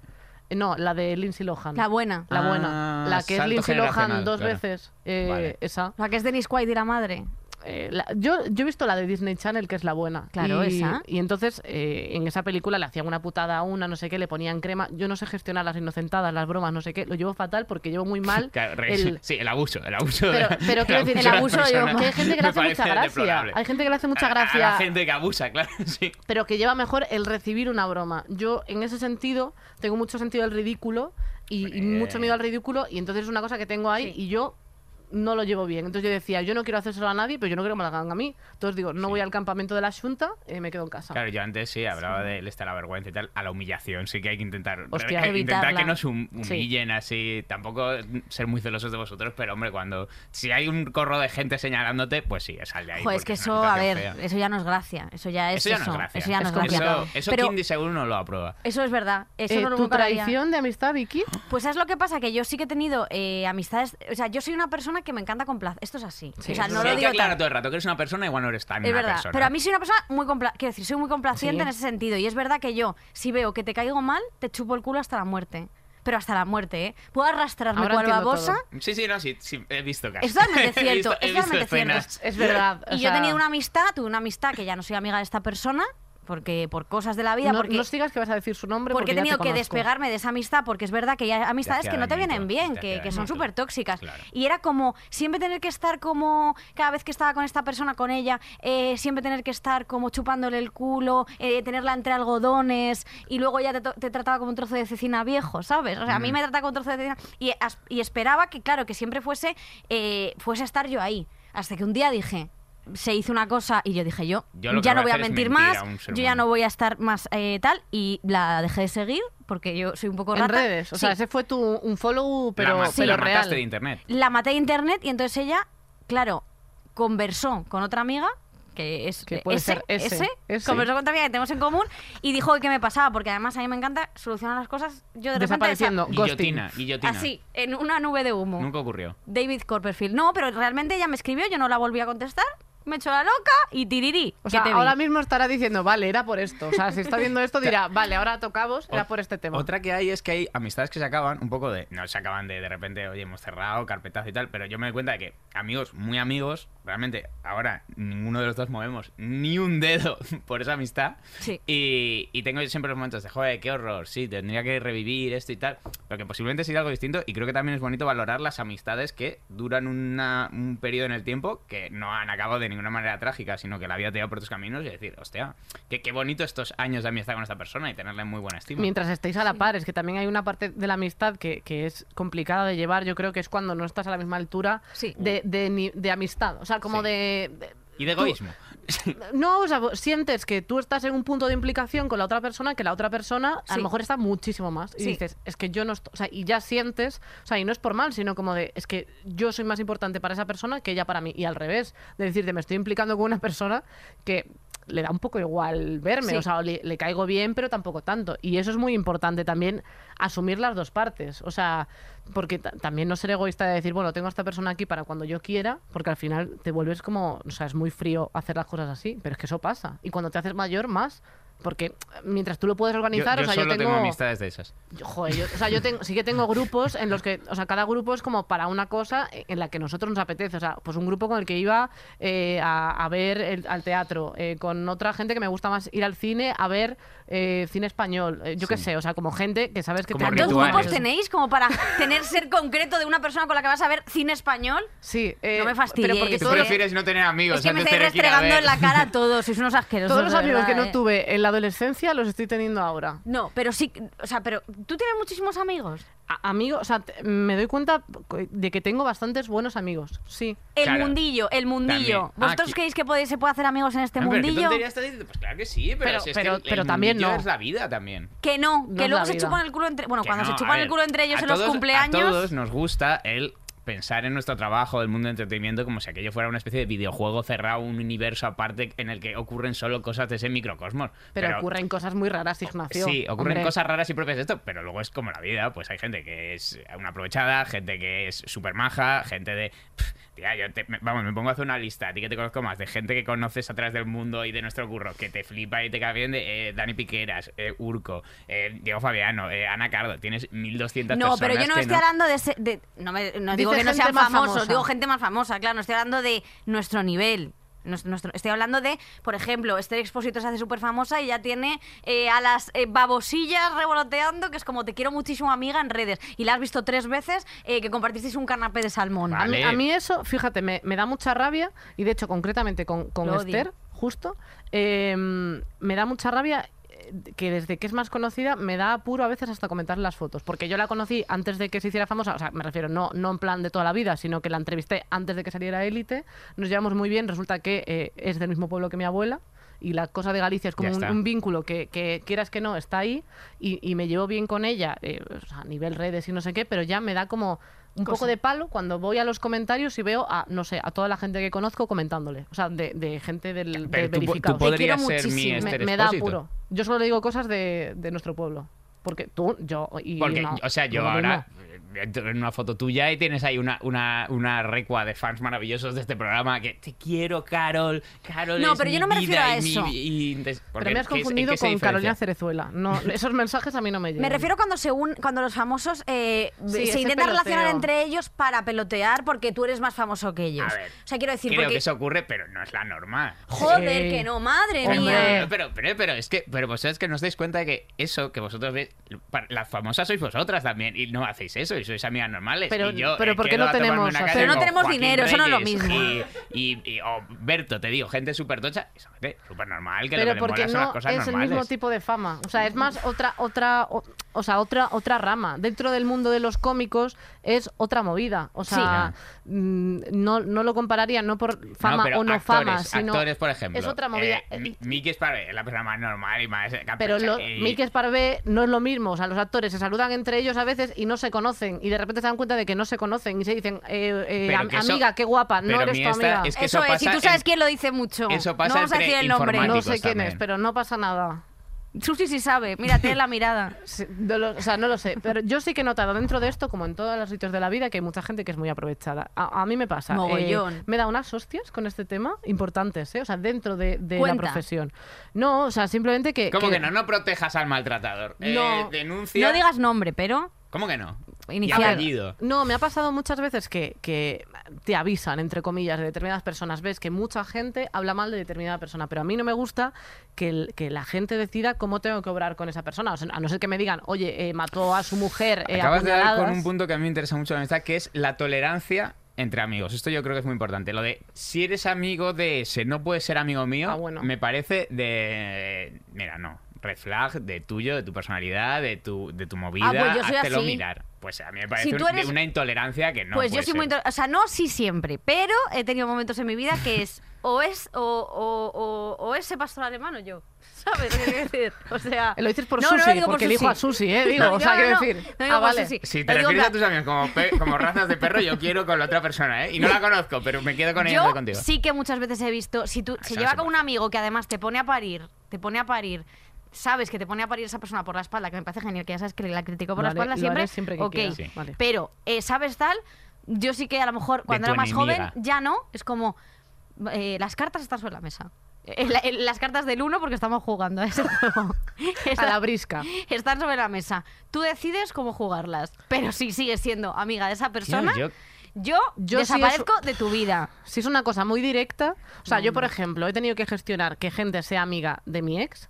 [SPEAKER 2] Eh, No, la de Lindsay Lohan.
[SPEAKER 3] La buena.
[SPEAKER 2] La
[SPEAKER 5] Ah,
[SPEAKER 2] buena. la que es
[SPEAKER 5] salto
[SPEAKER 2] Lindsay Lohan
[SPEAKER 5] generacional,
[SPEAKER 2] dos
[SPEAKER 5] claro.
[SPEAKER 2] veces. eh,
[SPEAKER 5] Vale.
[SPEAKER 2] Esa.
[SPEAKER 3] La que es Dennis Quaid y la madre.
[SPEAKER 2] Eh, la- yo, yo he visto la de Disney Channel, que es la buena.
[SPEAKER 3] Claro,
[SPEAKER 2] y,
[SPEAKER 3] esa.
[SPEAKER 2] Y entonces, eh, en esa película le hacían una putada a una, no sé qué, le ponían crema. Yo no sé gestionar las inocentadas, las bromas, no sé qué. Lo llevo fatal porque llevo muy mal.
[SPEAKER 5] Claro, re-
[SPEAKER 2] el,
[SPEAKER 5] Sí, el abuso, el abuso.
[SPEAKER 2] pero,
[SPEAKER 5] de-
[SPEAKER 2] pero quiero decir,
[SPEAKER 3] el abuso
[SPEAKER 5] de
[SPEAKER 3] lo
[SPEAKER 5] las
[SPEAKER 3] llevo
[SPEAKER 5] personas
[SPEAKER 2] que hay gente que le
[SPEAKER 5] me
[SPEAKER 2] hace mucha
[SPEAKER 5] parece
[SPEAKER 2] gracia.
[SPEAKER 5] deplorable.
[SPEAKER 2] Hay gente que le hace mucha
[SPEAKER 5] A-
[SPEAKER 2] gracia
[SPEAKER 5] A, la gente que abusa, claro, sí.
[SPEAKER 2] pero que lleva mejor el recibir una broma. Yo, en ese sentido, tengo mucho sentido del ridículo y, y mucho miedo al ridículo, y entonces es una cosa que tengo ahí y yo no lo llevo bien. Entonces yo decía, yo no quiero hacérselo a nadie, pero yo no quiero que me lo hagan a mí. Entonces digo, no voy al campamento de la Junta, eh, me quedo en casa.
[SPEAKER 5] Claro, yo antes sí hablaba de esta la vergüenza y tal, a la humillación, sí que hay que intentar
[SPEAKER 2] Hostia,
[SPEAKER 5] hay que intentar
[SPEAKER 3] evitarla.
[SPEAKER 5] que nos hum-
[SPEAKER 2] Sí.
[SPEAKER 5] humillen así, tampoco ser muy celosos de vosotros, pero hombre, cuando si hay un corro de gente señalándote, pues sí, sal de ahí.
[SPEAKER 3] Joder, es que
[SPEAKER 5] porque es una
[SPEAKER 3] eso, a ver,
[SPEAKER 5] situación fea.
[SPEAKER 3] eso ya no es gracia. Eso ya es
[SPEAKER 5] eso ya no es gracia.
[SPEAKER 3] Eso ya no es
[SPEAKER 5] como-
[SPEAKER 3] gracia.
[SPEAKER 5] Eso, eso
[SPEAKER 3] Pero
[SPEAKER 5] Kindy seguro no lo aprueba.
[SPEAKER 3] eso es verdad. Eso
[SPEAKER 2] Eh,
[SPEAKER 3] no lo
[SPEAKER 2] ¿Tu
[SPEAKER 3] nunca lo haría.
[SPEAKER 2] traición de amistad, Vicky?
[SPEAKER 3] Pues es lo que pasa, que yo sí que he tenido eh, amistades, o sea, yo soy una persona que me encanta complacer, esto es así,
[SPEAKER 2] Sí,
[SPEAKER 3] o sea,
[SPEAKER 2] eso
[SPEAKER 3] no
[SPEAKER 5] Sí,
[SPEAKER 3] lo
[SPEAKER 5] hay que
[SPEAKER 3] digo
[SPEAKER 5] aclarar
[SPEAKER 3] tan-
[SPEAKER 5] todo el rato que eres una persona, igual no eres tan
[SPEAKER 3] Es
[SPEAKER 5] una
[SPEAKER 3] verdad,
[SPEAKER 5] persona.
[SPEAKER 3] pero a mí soy una persona muy compla- quiero decir, soy muy complaciente
[SPEAKER 2] Sí.
[SPEAKER 3] en ese sentido y es verdad que yo si veo que te caigo mal, te chupo el culo hasta la muerte, pero hasta la muerte, ¿eh? Puedo arrastrarme
[SPEAKER 2] Ahora
[SPEAKER 3] cual
[SPEAKER 2] entiendo
[SPEAKER 3] babosa.
[SPEAKER 2] todo.
[SPEAKER 5] Sí, sí, no, sí, sí, he visto casos.
[SPEAKER 3] Es totalmente
[SPEAKER 5] He visto-
[SPEAKER 3] cierto,
[SPEAKER 5] he
[SPEAKER 3] es
[SPEAKER 5] visto
[SPEAKER 3] totalmente cierto.
[SPEAKER 5] escenas.
[SPEAKER 2] Es verdad. o
[SPEAKER 3] Y yo he
[SPEAKER 2] sea,
[SPEAKER 3] tenido una amistad, tuve una amistad que ya no soy amiga de esta persona porque por cosas de la vida,
[SPEAKER 2] no,
[SPEAKER 3] porque
[SPEAKER 2] no sigas que vas a decir su nombre. Porque,
[SPEAKER 3] porque, he
[SPEAKER 2] ya te
[SPEAKER 3] tenido que
[SPEAKER 2] conozco.
[SPEAKER 3] despegarme de esa amistad porque es verdad que hay amistades
[SPEAKER 5] hace
[SPEAKER 3] que no te
[SPEAKER 5] dañito,
[SPEAKER 3] vienen
[SPEAKER 5] te
[SPEAKER 3] bien,
[SPEAKER 5] hace
[SPEAKER 3] que, que son
[SPEAKER 5] dañito.
[SPEAKER 3] súper tóxicas.
[SPEAKER 5] Claro.
[SPEAKER 3] Y era como siempre tener que estar como, cada vez que estaba con esta persona, con ella, eh, siempre tener que estar como chupándole el culo, eh, tenerla entre algodones y luego ya te, to- te trataba como un trozo de cecina viejo, ¿sabes? O sea, a mí me trataba como un trozo de cecina y, as- y esperaba que, claro, que siempre fuese, eh, fuese a estar yo ahí. Hasta que un día dije, se hizo una cosa y yo dije yo,
[SPEAKER 5] Yo lo que
[SPEAKER 3] ya
[SPEAKER 5] voy
[SPEAKER 3] no
[SPEAKER 5] a
[SPEAKER 3] voy a
[SPEAKER 5] hacer es
[SPEAKER 3] mentir
[SPEAKER 5] mentir
[SPEAKER 3] más,
[SPEAKER 5] a un ser
[SPEAKER 3] yo ya
[SPEAKER 5] humano.
[SPEAKER 3] no voy a estar más eh, tal y la dejé de seguir porque yo soy un poco
[SPEAKER 2] En
[SPEAKER 3] rata.
[SPEAKER 2] redes. O sea,
[SPEAKER 3] Sí.
[SPEAKER 2] ese fue tu un follow, pero,
[SPEAKER 5] la, ma-
[SPEAKER 2] pero
[SPEAKER 5] la
[SPEAKER 2] real.
[SPEAKER 5] mataste de internet.
[SPEAKER 3] la maté de internet y entonces ella, claro, conversó con otra amiga que es
[SPEAKER 2] Que puede
[SPEAKER 3] ese,
[SPEAKER 2] ser ese,
[SPEAKER 3] ese,
[SPEAKER 2] ese.
[SPEAKER 3] conversó con otra amiga que tenemos en común y dijo que me pasaba porque además a mí me encanta solucionar las cosas yo de repente desa-
[SPEAKER 2] Desapareciendo. Ghosting.
[SPEAKER 5] Guillotina, guillotina.
[SPEAKER 3] así en una nube de humo
[SPEAKER 5] Nunca ocurrió.
[SPEAKER 3] David Copperfield no pero realmente ella me escribió yo no la volví a contestar me echó la loca y tiriri
[SPEAKER 2] O
[SPEAKER 3] que
[SPEAKER 2] sea,
[SPEAKER 3] te vi.
[SPEAKER 2] ahora mismo estará diciendo, vale, era por esto. O sea, si está viendo esto dirá, vale, ahora tocamos, era
[SPEAKER 5] Ot-
[SPEAKER 2] por este tema.
[SPEAKER 5] Otra que hay es que hay amistades que se acaban un poco de. No se acaban de de repente, oye, hemos cerrado, carpetazo y tal, pero yo me doy cuenta de que amigos, muy amigos, realmente ahora ninguno de los dos movemos ni un dedo por esa amistad.
[SPEAKER 3] Sí.
[SPEAKER 5] Y, y tengo siempre los momentos de, joder, qué horror, sí, tendría que revivir esto y tal. Pero que posiblemente sea algo distinto y creo que también es bonito valorar las amistades que duran una- un periodo en el tiempo que no han acabado de ninguna manera trágica, sino que la vida te lleva por tus caminos y decir, hostia, que- qué, bonito estos años de amistad con esta persona y tenerle en muy buena estima.
[SPEAKER 2] Mientras estéis a la par, es que también hay una parte de la amistad que, que es complicada de llevar. Yo creo que es cuando no estás a la misma altura
[SPEAKER 3] Sí.
[SPEAKER 2] de, de ni- de amistad. O sea, como
[SPEAKER 5] Sí.
[SPEAKER 2] de- de
[SPEAKER 5] Y de egoísmo.
[SPEAKER 2] No, o sea, vo- sientes que tú estás en un punto de implicación con la otra persona que la otra persona a
[SPEAKER 3] Sí.
[SPEAKER 2] lo mejor está muchísimo más. Y
[SPEAKER 3] Sí.
[SPEAKER 2] dices, es que yo no estoy. O sea, y ya sientes, o sea, y no es por mal, sino como de, es que yo soy más importante para esa persona que ella para mí. Y al revés, de decirte, me estoy implicando con una persona que le da un poco igual verme,
[SPEAKER 3] Sí.
[SPEAKER 2] o sea, le, le caigo bien, pero tampoco tanto. Y eso es muy importante también, asumir las dos partes. O sea, porque ta- también no ser egoísta de decir, bueno, tengo a esta persona aquí para cuando yo quiera, porque al final te vuelves como, o sea, es muy frío hacer las cosas así, pero es que eso pasa. Y cuando te haces mayor, más. Porque mientras tú lo puedes
[SPEAKER 5] Yo,
[SPEAKER 2] organizar,
[SPEAKER 5] yo
[SPEAKER 2] o sea,
[SPEAKER 5] solo
[SPEAKER 2] yo tengo...
[SPEAKER 5] tengo... amistades de esas.
[SPEAKER 2] Yo- Joder, yo- o sea, yo tengo, sí que tengo grupos en los que, o sea, cada grupo es como para una cosa en la que nosotros nos apetece. O sea, pues un grupo con el que iba eh, a, a ver el- al teatro, eh, con otra gente que me gusta más ir al cine a ver eh, cine español, eh, yo qué
[SPEAKER 5] Sí.
[SPEAKER 2] sé, o sea, como gente que sabes que
[SPEAKER 5] Como
[SPEAKER 2] te-
[SPEAKER 3] ¿Tantos
[SPEAKER 5] rituales.
[SPEAKER 3] grupos tenéis como para tener ser concreto de una persona con la que vas a ver cine español?
[SPEAKER 2] Sí, eh,
[SPEAKER 3] No me fastidies.
[SPEAKER 2] Pero porque
[SPEAKER 3] Tú
[SPEAKER 5] Tú
[SPEAKER 2] todos,
[SPEAKER 5] prefieres no tener amigos
[SPEAKER 3] es que me
[SPEAKER 5] antes
[SPEAKER 3] estáis
[SPEAKER 5] de tener que ir a
[SPEAKER 3] restregando
[SPEAKER 5] ver.
[SPEAKER 3] en la cara a todos, sois unos asquerosos.
[SPEAKER 2] todos los
[SPEAKER 3] de
[SPEAKER 2] amigos
[SPEAKER 3] verdad,
[SPEAKER 2] que no
[SPEAKER 3] eh.
[SPEAKER 2] tuve en la adolescencia los estoy teniendo ahora.
[SPEAKER 3] No, pero sí, o sea, pero tú tienes muchísimos amigos.
[SPEAKER 2] A- amigos, o sea, te- me doy cuenta de que tengo bastantes buenos amigos, sí.
[SPEAKER 3] El
[SPEAKER 5] Claro.
[SPEAKER 3] mundillo, el mundillo.
[SPEAKER 5] También. Ah,
[SPEAKER 3] ¿Vosotros
[SPEAKER 5] que-
[SPEAKER 3] creéis que podéis, se puede hacer amigos en este
[SPEAKER 5] Ah, pero qué
[SPEAKER 3] mundillo?
[SPEAKER 5] tontería estás diciendo. Pues claro que sí, pero,
[SPEAKER 2] Pero-
[SPEAKER 5] si es
[SPEAKER 2] pero-
[SPEAKER 5] que el-
[SPEAKER 2] pero
[SPEAKER 5] el
[SPEAKER 2] también
[SPEAKER 5] mundillo
[SPEAKER 2] no.
[SPEAKER 5] es la vida también.
[SPEAKER 3] Que
[SPEAKER 2] No
[SPEAKER 3] no, que
[SPEAKER 2] es
[SPEAKER 3] luego
[SPEAKER 2] la
[SPEAKER 3] se
[SPEAKER 2] vida.
[SPEAKER 3] chupan el culo entre. Bueno,
[SPEAKER 5] Que
[SPEAKER 3] cuando
[SPEAKER 5] no,
[SPEAKER 3] se
[SPEAKER 5] a
[SPEAKER 3] chupan el
[SPEAKER 5] ver,
[SPEAKER 3] culo entre ellos
[SPEAKER 5] a
[SPEAKER 3] en
[SPEAKER 5] todos-
[SPEAKER 3] los cumpleaños.
[SPEAKER 5] A todos nos gusta el pensar en nuestro trabajo del mundo del entretenimiento como si aquello fuera una especie de videojuego cerrado, un universo aparte en el que ocurren solo cosas de ese microcosmos.
[SPEAKER 2] Pero, ocurren cosas muy raras, Ignacio.
[SPEAKER 5] Sí, ocurren
[SPEAKER 2] hombre.
[SPEAKER 5] cosas raras y propias de esto, pero luego es como la vida, pues hay gente que es una aprovechada, gente que es súper maja, gente de... "Pff, Tía, yo te- me- vamos, me pongo a hacer una lista, a ti que te conozco más, de gente que conoces atrás del mundo y de nuestro curro, que te flipa y te cae bien, de eh, Dani Piqueras, eh, Urco, eh, Diego Fabiano, eh, Ana Cardo, tienes 1200
[SPEAKER 3] No,
[SPEAKER 5] personas
[SPEAKER 3] pero yo no
[SPEAKER 5] que
[SPEAKER 3] estoy hablando de, ese- de- No, me- no digo
[SPEAKER 2] Dice
[SPEAKER 3] que no
[SPEAKER 2] gente
[SPEAKER 3] sean
[SPEAKER 2] más
[SPEAKER 3] famosos,
[SPEAKER 2] famosa.
[SPEAKER 3] digo gente más famosa, claro, no estoy hablando de nuestro nivel. Nues- nuestro- estoy hablando de, por ejemplo, Esther Exposito se hace súper famosa y ya tiene eh, a las eh, babosillas revoloteando, que es como te quiero muchísimo amiga en redes. Y la has visto tres veces eh, que compartisteis un canapé de salmón.
[SPEAKER 5] Vale.
[SPEAKER 2] A mí, a mí eso, fíjate, me, me da mucha rabia y de hecho concretamente con, con
[SPEAKER 3] Lo odio.
[SPEAKER 2] Esther, justo, eh, me da mucha rabia eh, que desde que es más conocida me da apuro a veces hasta comentar las fotos, porque yo la conocí antes de que se hiciera famosa, o sea, me refiero no, no en plan de toda la vida, sino que la entrevisté antes de que saliera Élite, nos llevamos muy bien, resulta que eh, es del mismo pueblo que mi abuela. Y la cosa de Galicia es como
[SPEAKER 5] Ya
[SPEAKER 2] un,
[SPEAKER 5] está.
[SPEAKER 2] un vínculo que, que quieras que no, está ahí y, y me llevo bien con ella, eh, o sea, a nivel redes y no sé qué, pero ya me da como un poco de palo cuando voy a los comentarios y veo a, no sé, a toda la gente que conozco comentándole. O sea, de, de gente del,
[SPEAKER 5] Pero
[SPEAKER 2] de
[SPEAKER 5] tú po- tú
[SPEAKER 2] verificados.
[SPEAKER 5] podrías
[SPEAKER 2] Te quiero
[SPEAKER 5] ser mi
[SPEAKER 2] muchísimo.
[SPEAKER 5] Esther
[SPEAKER 2] me, me da
[SPEAKER 5] Expósito.
[SPEAKER 2] apuro. Yo solo le digo cosas de, de nuestro pueblo. Porque tú, yo y
[SPEAKER 5] Porque,
[SPEAKER 2] no,
[SPEAKER 5] o sea, yo
[SPEAKER 2] no, no,
[SPEAKER 5] ahora
[SPEAKER 2] no.
[SPEAKER 5] eh, entro en una foto tuya y tienes ahí una, una, una recua de fans maravillosos de este programa que te quiero, Carol. Carol
[SPEAKER 3] No,
[SPEAKER 5] es
[SPEAKER 3] pero
[SPEAKER 5] mi
[SPEAKER 3] yo no me
[SPEAKER 5] vida
[SPEAKER 3] refiero a
[SPEAKER 5] y
[SPEAKER 3] eso.
[SPEAKER 5] mi- y- entonces, porque,
[SPEAKER 2] Pero me has
[SPEAKER 5] ¿qué es- en
[SPEAKER 2] confundido
[SPEAKER 5] qué se
[SPEAKER 2] con
[SPEAKER 5] diferencia?
[SPEAKER 2] Carolina Cerezuela. No, esos mensajes a mí no me llegan.
[SPEAKER 3] Me refiero cuando según cuando los famosos eh,
[SPEAKER 2] Sí, ese
[SPEAKER 3] se intentan
[SPEAKER 2] peloteo.
[SPEAKER 3] relacionar entre ellos para pelotear porque tú eres más famoso que ellos.
[SPEAKER 5] A ver,
[SPEAKER 3] o sea, quiero decir,
[SPEAKER 5] Creo
[SPEAKER 3] porque
[SPEAKER 5] que eso ocurre, pero no es la norma.
[SPEAKER 3] joder,
[SPEAKER 2] Sí.
[SPEAKER 3] que no, madre
[SPEAKER 2] Hombre.
[SPEAKER 3] mía.
[SPEAKER 5] Pero, pero, pero, pero es que pero vosotros que no os dais cuenta de que eso que vosotros veis, para- las famosas sois vosotras también y no hacéis eso. Y y sois amigas normales.
[SPEAKER 2] Pero-
[SPEAKER 5] y yo,
[SPEAKER 2] pero
[SPEAKER 5] eh,
[SPEAKER 2] ¿por qué
[SPEAKER 5] quedo
[SPEAKER 2] no
[SPEAKER 5] a tomarme
[SPEAKER 2] tenemos
[SPEAKER 5] una
[SPEAKER 2] así?
[SPEAKER 5] caña
[SPEAKER 3] Pero no
[SPEAKER 5] con
[SPEAKER 3] tenemos
[SPEAKER 5] Joaquín
[SPEAKER 3] dinero, eso no es lo
[SPEAKER 5] Reyes
[SPEAKER 3] mismo.
[SPEAKER 5] Y, y- y- o Berto, te digo, gente súper tocha, esa gente súper normal, que lo
[SPEAKER 2] Pero
[SPEAKER 5] que le
[SPEAKER 2] porque
[SPEAKER 5] mola son las
[SPEAKER 2] no es
[SPEAKER 5] cosas
[SPEAKER 2] el
[SPEAKER 5] normales.
[SPEAKER 2] mismo tipo de fama. O sea, es más otra, otra, o, o sea, otra, otra rama. Dentro del mundo de los cómicos es otra movida. O sea, mm, no, no lo compararía, no por fama
[SPEAKER 5] pero
[SPEAKER 2] o no
[SPEAKER 5] actores,
[SPEAKER 2] fama, sino.
[SPEAKER 5] actores, por ejemplo.
[SPEAKER 2] Es otra movida.
[SPEAKER 5] Eh, Mi- Miki es para- es la persona más normal y más. eh,
[SPEAKER 2] Pero
[SPEAKER 5] capricha-
[SPEAKER 2] los
[SPEAKER 5] y-
[SPEAKER 2] Mickey Sparvé no es lo mismo. O sea, los actores se saludan entre ellos a veces y no se conocen. Y de repente se dan cuenta de que no se conocen y se dicen, eh, eh,
[SPEAKER 5] Pero
[SPEAKER 2] am-
[SPEAKER 5] que eso-
[SPEAKER 2] amiga, qué guapa, no
[SPEAKER 5] pero
[SPEAKER 2] eres
[SPEAKER 5] mi
[SPEAKER 2] tu
[SPEAKER 5] esta
[SPEAKER 2] amiga.
[SPEAKER 5] es que
[SPEAKER 3] eso,
[SPEAKER 5] eso
[SPEAKER 3] es, y
[SPEAKER 5] pasa
[SPEAKER 3] tú sabes
[SPEAKER 5] en-
[SPEAKER 3] quién lo dice mucho.
[SPEAKER 5] eso pasa
[SPEAKER 3] no vamos a
[SPEAKER 5] entre
[SPEAKER 3] decir el nombre.
[SPEAKER 2] No
[SPEAKER 5] informáticos
[SPEAKER 2] sé quién es,
[SPEAKER 5] también.
[SPEAKER 2] pero no pasa nada.
[SPEAKER 3] Susi sí sabe, mira, tiene la mirada.
[SPEAKER 2] Sí, no lo- o sea, no lo sé. Pero yo sí que he notado dentro de esto, como en todos los sitios de la vida, que hay mucha gente que es muy aprovechada. A, a mí me pasa. eh,
[SPEAKER 3] Mogollón.
[SPEAKER 2] me da unas hostias con este tema importantes, ¿eh? O sea, dentro de, de la
[SPEAKER 3] Cuenta.
[SPEAKER 2] profesión. No, o sea, simplemente que.
[SPEAKER 5] ¿Cómo que no? No protejas al maltratador. Eh,
[SPEAKER 2] No.
[SPEAKER 5] denuncia.
[SPEAKER 3] No digas nombre, pero
[SPEAKER 5] ¿Cómo que no?
[SPEAKER 3] Inicial.
[SPEAKER 5] Y apellido.
[SPEAKER 2] No, me ha pasado muchas veces que, que te avisan, entre comillas, de determinadas personas. Ves que mucha gente habla mal de determinada persona, pero a mí no me gusta que, el- que la gente decida cómo tengo que obrar con esa persona. O sea, a no ser que me digan, oye, eh, mató a su mujer. eh,
[SPEAKER 5] Acabas de dar con
[SPEAKER 2] apuñaladas".
[SPEAKER 5] un punto que a mí me interesa mucho en la amistad, que es la tolerancia entre amigos. Esto yo creo que es muy importante. Lo de si eres amigo de ese, no puedes ser amigo mío,
[SPEAKER 2] Ah, bueno.
[SPEAKER 5] me parece de. Mira, no. Red flag de tuyo, de tu personalidad, de tu, de tu movida.
[SPEAKER 3] Ah, pues yo soy
[SPEAKER 5] háztelo
[SPEAKER 3] así.
[SPEAKER 5] mirar. Pues a mí me parece
[SPEAKER 3] tú
[SPEAKER 5] un-
[SPEAKER 3] eres-
[SPEAKER 5] una intolerancia que no.
[SPEAKER 3] pues yo
[SPEAKER 5] puede
[SPEAKER 3] soy muy...
[SPEAKER 5] ser.
[SPEAKER 3] intol- O sea, no sí siempre, pero he tenido momentos en mi vida que es o es o, o, o, o ese pastor alemán o yo. ¿Sabes lo que quiero decir? O sea...
[SPEAKER 2] Lo dices por
[SPEAKER 3] no, no lo
[SPEAKER 2] Susi,
[SPEAKER 3] digo por
[SPEAKER 2] porque elijo
[SPEAKER 3] Susi.
[SPEAKER 2] a Susi, ¿eh? Digo, o sea,
[SPEAKER 3] no,
[SPEAKER 2] quiero
[SPEAKER 3] no,
[SPEAKER 2] decir.
[SPEAKER 3] no digo
[SPEAKER 2] ah,
[SPEAKER 3] por
[SPEAKER 2] vale.
[SPEAKER 3] Susi.
[SPEAKER 5] Si
[SPEAKER 3] Lo
[SPEAKER 5] te
[SPEAKER 3] digo en
[SPEAKER 5] refieres a
[SPEAKER 3] plan-
[SPEAKER 5] tus amigos como, pe- como razas de perro, yo quiero con la otra persona, ¿eh? Y no la conozco, pero me quedo con ella
[SPEAKER 3] Yo
[SPEAKER 5] contigo.
[SPEAKER 3] sí que muchas veces he visto, si tú
[SPEAKER 5] Ah,
[SPEAKER 3] se
[SPEAKER 5] eso no
[SPEAKER 3] lleva
[SPEAKER 5] se
[SPEAKER 3] con un
[SPEAKER 5] puede.
[SPEAKER 3] amigo que además te pone a parir, te pone a parir, sabes que te pone a parir esa persona por la espalda, que me parece genial, que ya sabes que la critico por
[SPEAKER 2] Lo
[SPEAKER 3] la
[SPEAKER 2] haré-
[SPEAKER 3] espalda
[SPEAKER 2] lo
[SPEAKER 3] siempre.
[SPEAKER 2] haré siempre que
[SPEAKER 3] ok.
[SPEAKER 2] quiera.
[SPEAKER 5] Sí.
[SPEAKER 2] Vale.
[SPEAKER 3] Pero, eh, ¿sabes tal? Yo sí que a lo mejor cuando
[SPEAKER 5] tu
[SPEAKER 3] era más
[SPEAKER 5] enemiga.
[SPEAKER 3] joven, ya no, es como eh, las cartas están sobre la mesa. Eh, la- eh, las cartas del uno porque estamos jugando a ese juego.
[SPEAKER 2] A la brisca.
[SPEAKER 3] Están sobre la mesa. Tú decides cómo jugarlas. Pero si sigues siendo amiga de esa persona,
[SPEAKER 5] Claro, yo-
[SPEAKER 3] yo,
[SPEAKER 2] Yo sí
[SPEAKER 3] desaparezco de tu vida.
[SPEAKER 2] Si es una cosa muy directa. O sea, yo,
[SPEAKER 3] Mm.
[SPEAKER 2] por ejemplo, he tenido que gestionar que gente sea amiga de mi ex.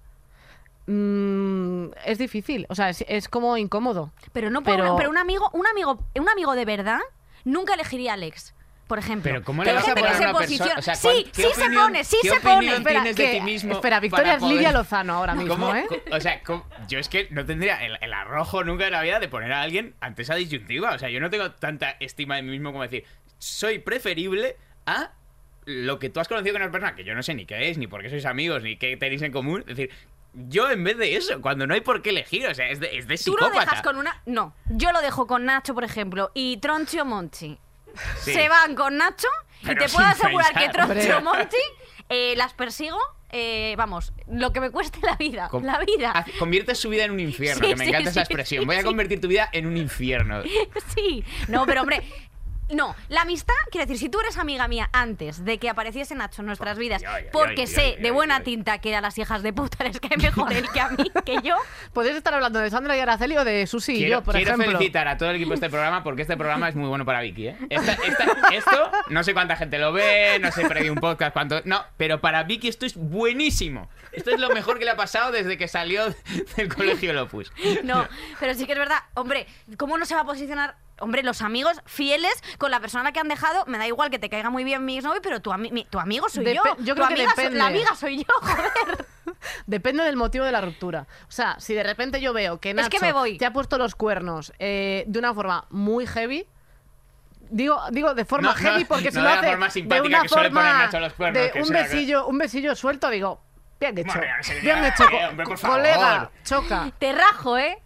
[SPEAKER 2] Mm, es difícil. O sea, es, es como incómodo.
[SPEAKER 3] Pero no por-
[SPEAKER 2] Pero-
[SPEAKER 3] pero un amigo, un amigo, un amigo de verdad nunca elegiría a Alex. Por ejemplo,
[SPEAKER 5] Pero ¿cómo
[SPEAKER 3] Que hay
[SPEAKER 5] le vas a
[SPEAKER 3] gente
[SPEAKER 5] poner
[SPEAKER 3] que
[SPEAKER 5] a
[SPEAKER 3] se
[SPEAKER 5] una persona?
[SPEAKER 3] posiciona.
[SPEAKER 5] O sea, ¿cuál-
[SPEAKER 3] sí,
[SPEAKER 5] qué
[SPEAKER 3] sí se
[SPEAKER 5] opinión-
[SPEAKER 3] pone, sí
[SPEAKER 5] qué
[SPEAKER 3] se
[SPEAKER 5] opinión
[SPEAKER 3] pone.
[SPEAKER 5] tiene
[SPEAKER 3] Espera,
[SPEAKER 5] Tienes de ti mismo
[SPEAKER 2] espera,
[SPEAKER 5] para
[SPEAKER 2] Victoria es
[SPEAKER 5] poder-
[SPEAKER 2] Lidia Lozano ahora
[SPEAKER 5] ¿Cómo-
[SPEAKER 2] mismo, ¿eh?
[SPEAKER 5] co- O sea, ¿cómo- yo es que no tendría el, el arrojo nunca en la vida de poner a alguien ante esa disyuntiva. O sea, yo no tengo tanta estima de mí mismo como decir, soy preferible a lo que tú has conocido con una persona que yo no sé ni qué es, ni por qué sois amigos, ni qué tenéis en común. Es decir, yo en vez de eso, cuando no hay por qué elegir, o sea, es de, es de
[SPEAKER 3] Tú lo
[SPEAKER 5] psicópata.
[SPEAKER 3] dejas con una. No, yo lo dejo con Nacho, por ejemplo, y Tronchi o Monchi.
[SPEAKER 5] Sí.
[SPEAKER 3] Se van con Nacho y
[SPEAKER 5] Pero
[SPEAKER 3] te puedo
[SPEAKER 5] sin
[SPEAKER 3] asegurar
[SPEAKER 5] pensar.
[SPEAKER 3] que Tronchi o
[SPEAKER 5] Hombre.
[SPEAKER 3] Monchi eh, las persigo. eh, vamos, lo que me cueste la vida.
[SPEAKER 5] Com-
[SPEAKER 3] Ah,
[SPEAKER 5] Ah.
[SPEAKER 3] la vida.
[SPEAKER 5] Haz- Conviertes su vida en un infierno,
[SPEAKER 3] Sí,
[SPEAKER 5] que me
[SPEAKER 3] sí,
[SPEAKER 5] encanta esa
[SPEAKER 3] sí,
[SPEAKER 5] expresión.
[SPEAKER 3] sí,
[SPEAKER 5] Voy a
[SPEAKER 3] sí.
[SPEAKER 5] convertir tu vida en un infierno.
[SPEAKER 3] Sí, no, pero hombre. No, la amistad, quiero decir, si tú eres amiga mía antes de que apareciese Nacho en nuestras vidas,
[SPEAKER 5] Ay, ay,
[SPEAKER 3] porque
[SPEAKER 5] ay,
[SPEAKER 3] sé
[SPEAKER 5] ay,
[SPEAKER 3] de
[SPEAKER 5] ay,
[SPEAKER 3] buena
[SPEAKER 5] ay.
[SPEAKER 3] tinta que a las hijas de puta les cae mejor él que a mí, que yo,
[SPEAKER 2] Podéis estar hablando de Sandra y Araceli o de Susi y
[SPEAKER 5] Quiero,
[SPEAKER 2] yo, por
[SPEAKER 5] quiero
[SPEAKER 2] ejemplo.
[SPEAKER 5] felicitar a todo el equipo de este programa porque este programa es muy bueno para Vicky. ¿eh? Esta- esta- esto, no sé cuánta gente lo ve, no sé, perdí un podcast, cuánto. No, pero para Vicky esto es buenísimo. Esto es lo mejor que le ha pasado desde que salió del colegio Lopus.
[SPEAKER 3] no. Pero sí que es verdad, hombre, ¿cómo no se va a posicionar? Hombre, los amigos fieles con la persona a la que han dejado, me da igual que te caiga muy bien mi exnovio, pero tu, ami- mi- tu amigo soy yo.
[SPEAKER 2] Depe- yo
[SPEAKER 3] tu
[SPEAKER 2] creo que
[SPEAKER 3] amiga so-
[SPEAKER 2] depende.
[SPEAKER 3] la amiga soy yo, joder.
[SPEAKER 2] Depende del motivo de la ruptura. O sea, si de repente yo veo que Nacho
[SPEAKER 3] que me voy.
[SPEAKER 2] te ha puesto los cuernos eh, de una forma muy heavy. Digo, digo de forma
[SPEAKER 5] No, no,
[SPEAKER 2] heavy porque si
[SPEAKER 5] no
[SPEAKER 2] lo
[SPEAKER 5] de la
[SPEAKER 2] hace
[SPEAKER 5] forma
[SPEAKER 2] de
[SPEAKER 5] simpática
[SPEAKER 2] una
[SPEAKER 5] que suele
[SPEAKER 2] forma
[SPEAKER 5] poner Nacho a los cuernos,
[SPEAKER 2] de
[SPEAKER 5] que
[SPEAKER 2] un
[SPEAKER 5] suena-
[SPEAKER 2] besillo, un besillo suelto, digo, bien hecho,
[SPEAKER 5] Hombre, no sé,
[SPEAKER 2] bien
[SPEAKER 5] eh,
[SPEAKER 2] hecho, co-
[SPEAKER 5] hombre, por
[SPEAKER 2] colega,
[SPEAKER 5] favor.
[SPEAKER 2] choca.
[SPEAKER 3] Te rajo, ¿eh?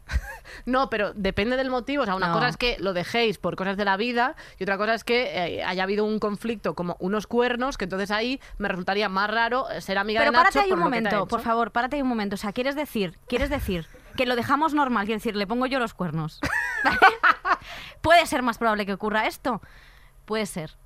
[SPEAKER 2] No, pero depende del motivo. O sea, una
[SPEAKER 3] No.
[SPEAKER 2] cosa es que lo dejéis por cosas de la vida y otra cosa es que eh, haya habido un conflicto como unos cuernos, que entonces ahí me resultaría más raro eh, ser amiga
[SPEAKER 3] Pero
[SPEAKER 2] de Nacho
[SPEAKER 3] párate ahí
[SPEAKER 2] por
[SPEAKER 3] un
[SPEAKER 2] lo que te ha
[SPEAKER 3] momento, por
[SPEAKER 2] hecho.
[SPEAKER 3] favor, párate ahí un momento. O sea, quieres decir, quieres decir que lo dejamos normal, quiero decir, le pongo yo los cuernos. ¿Vale? ¿Puede ser más probable que ocurra esto? Puede ser.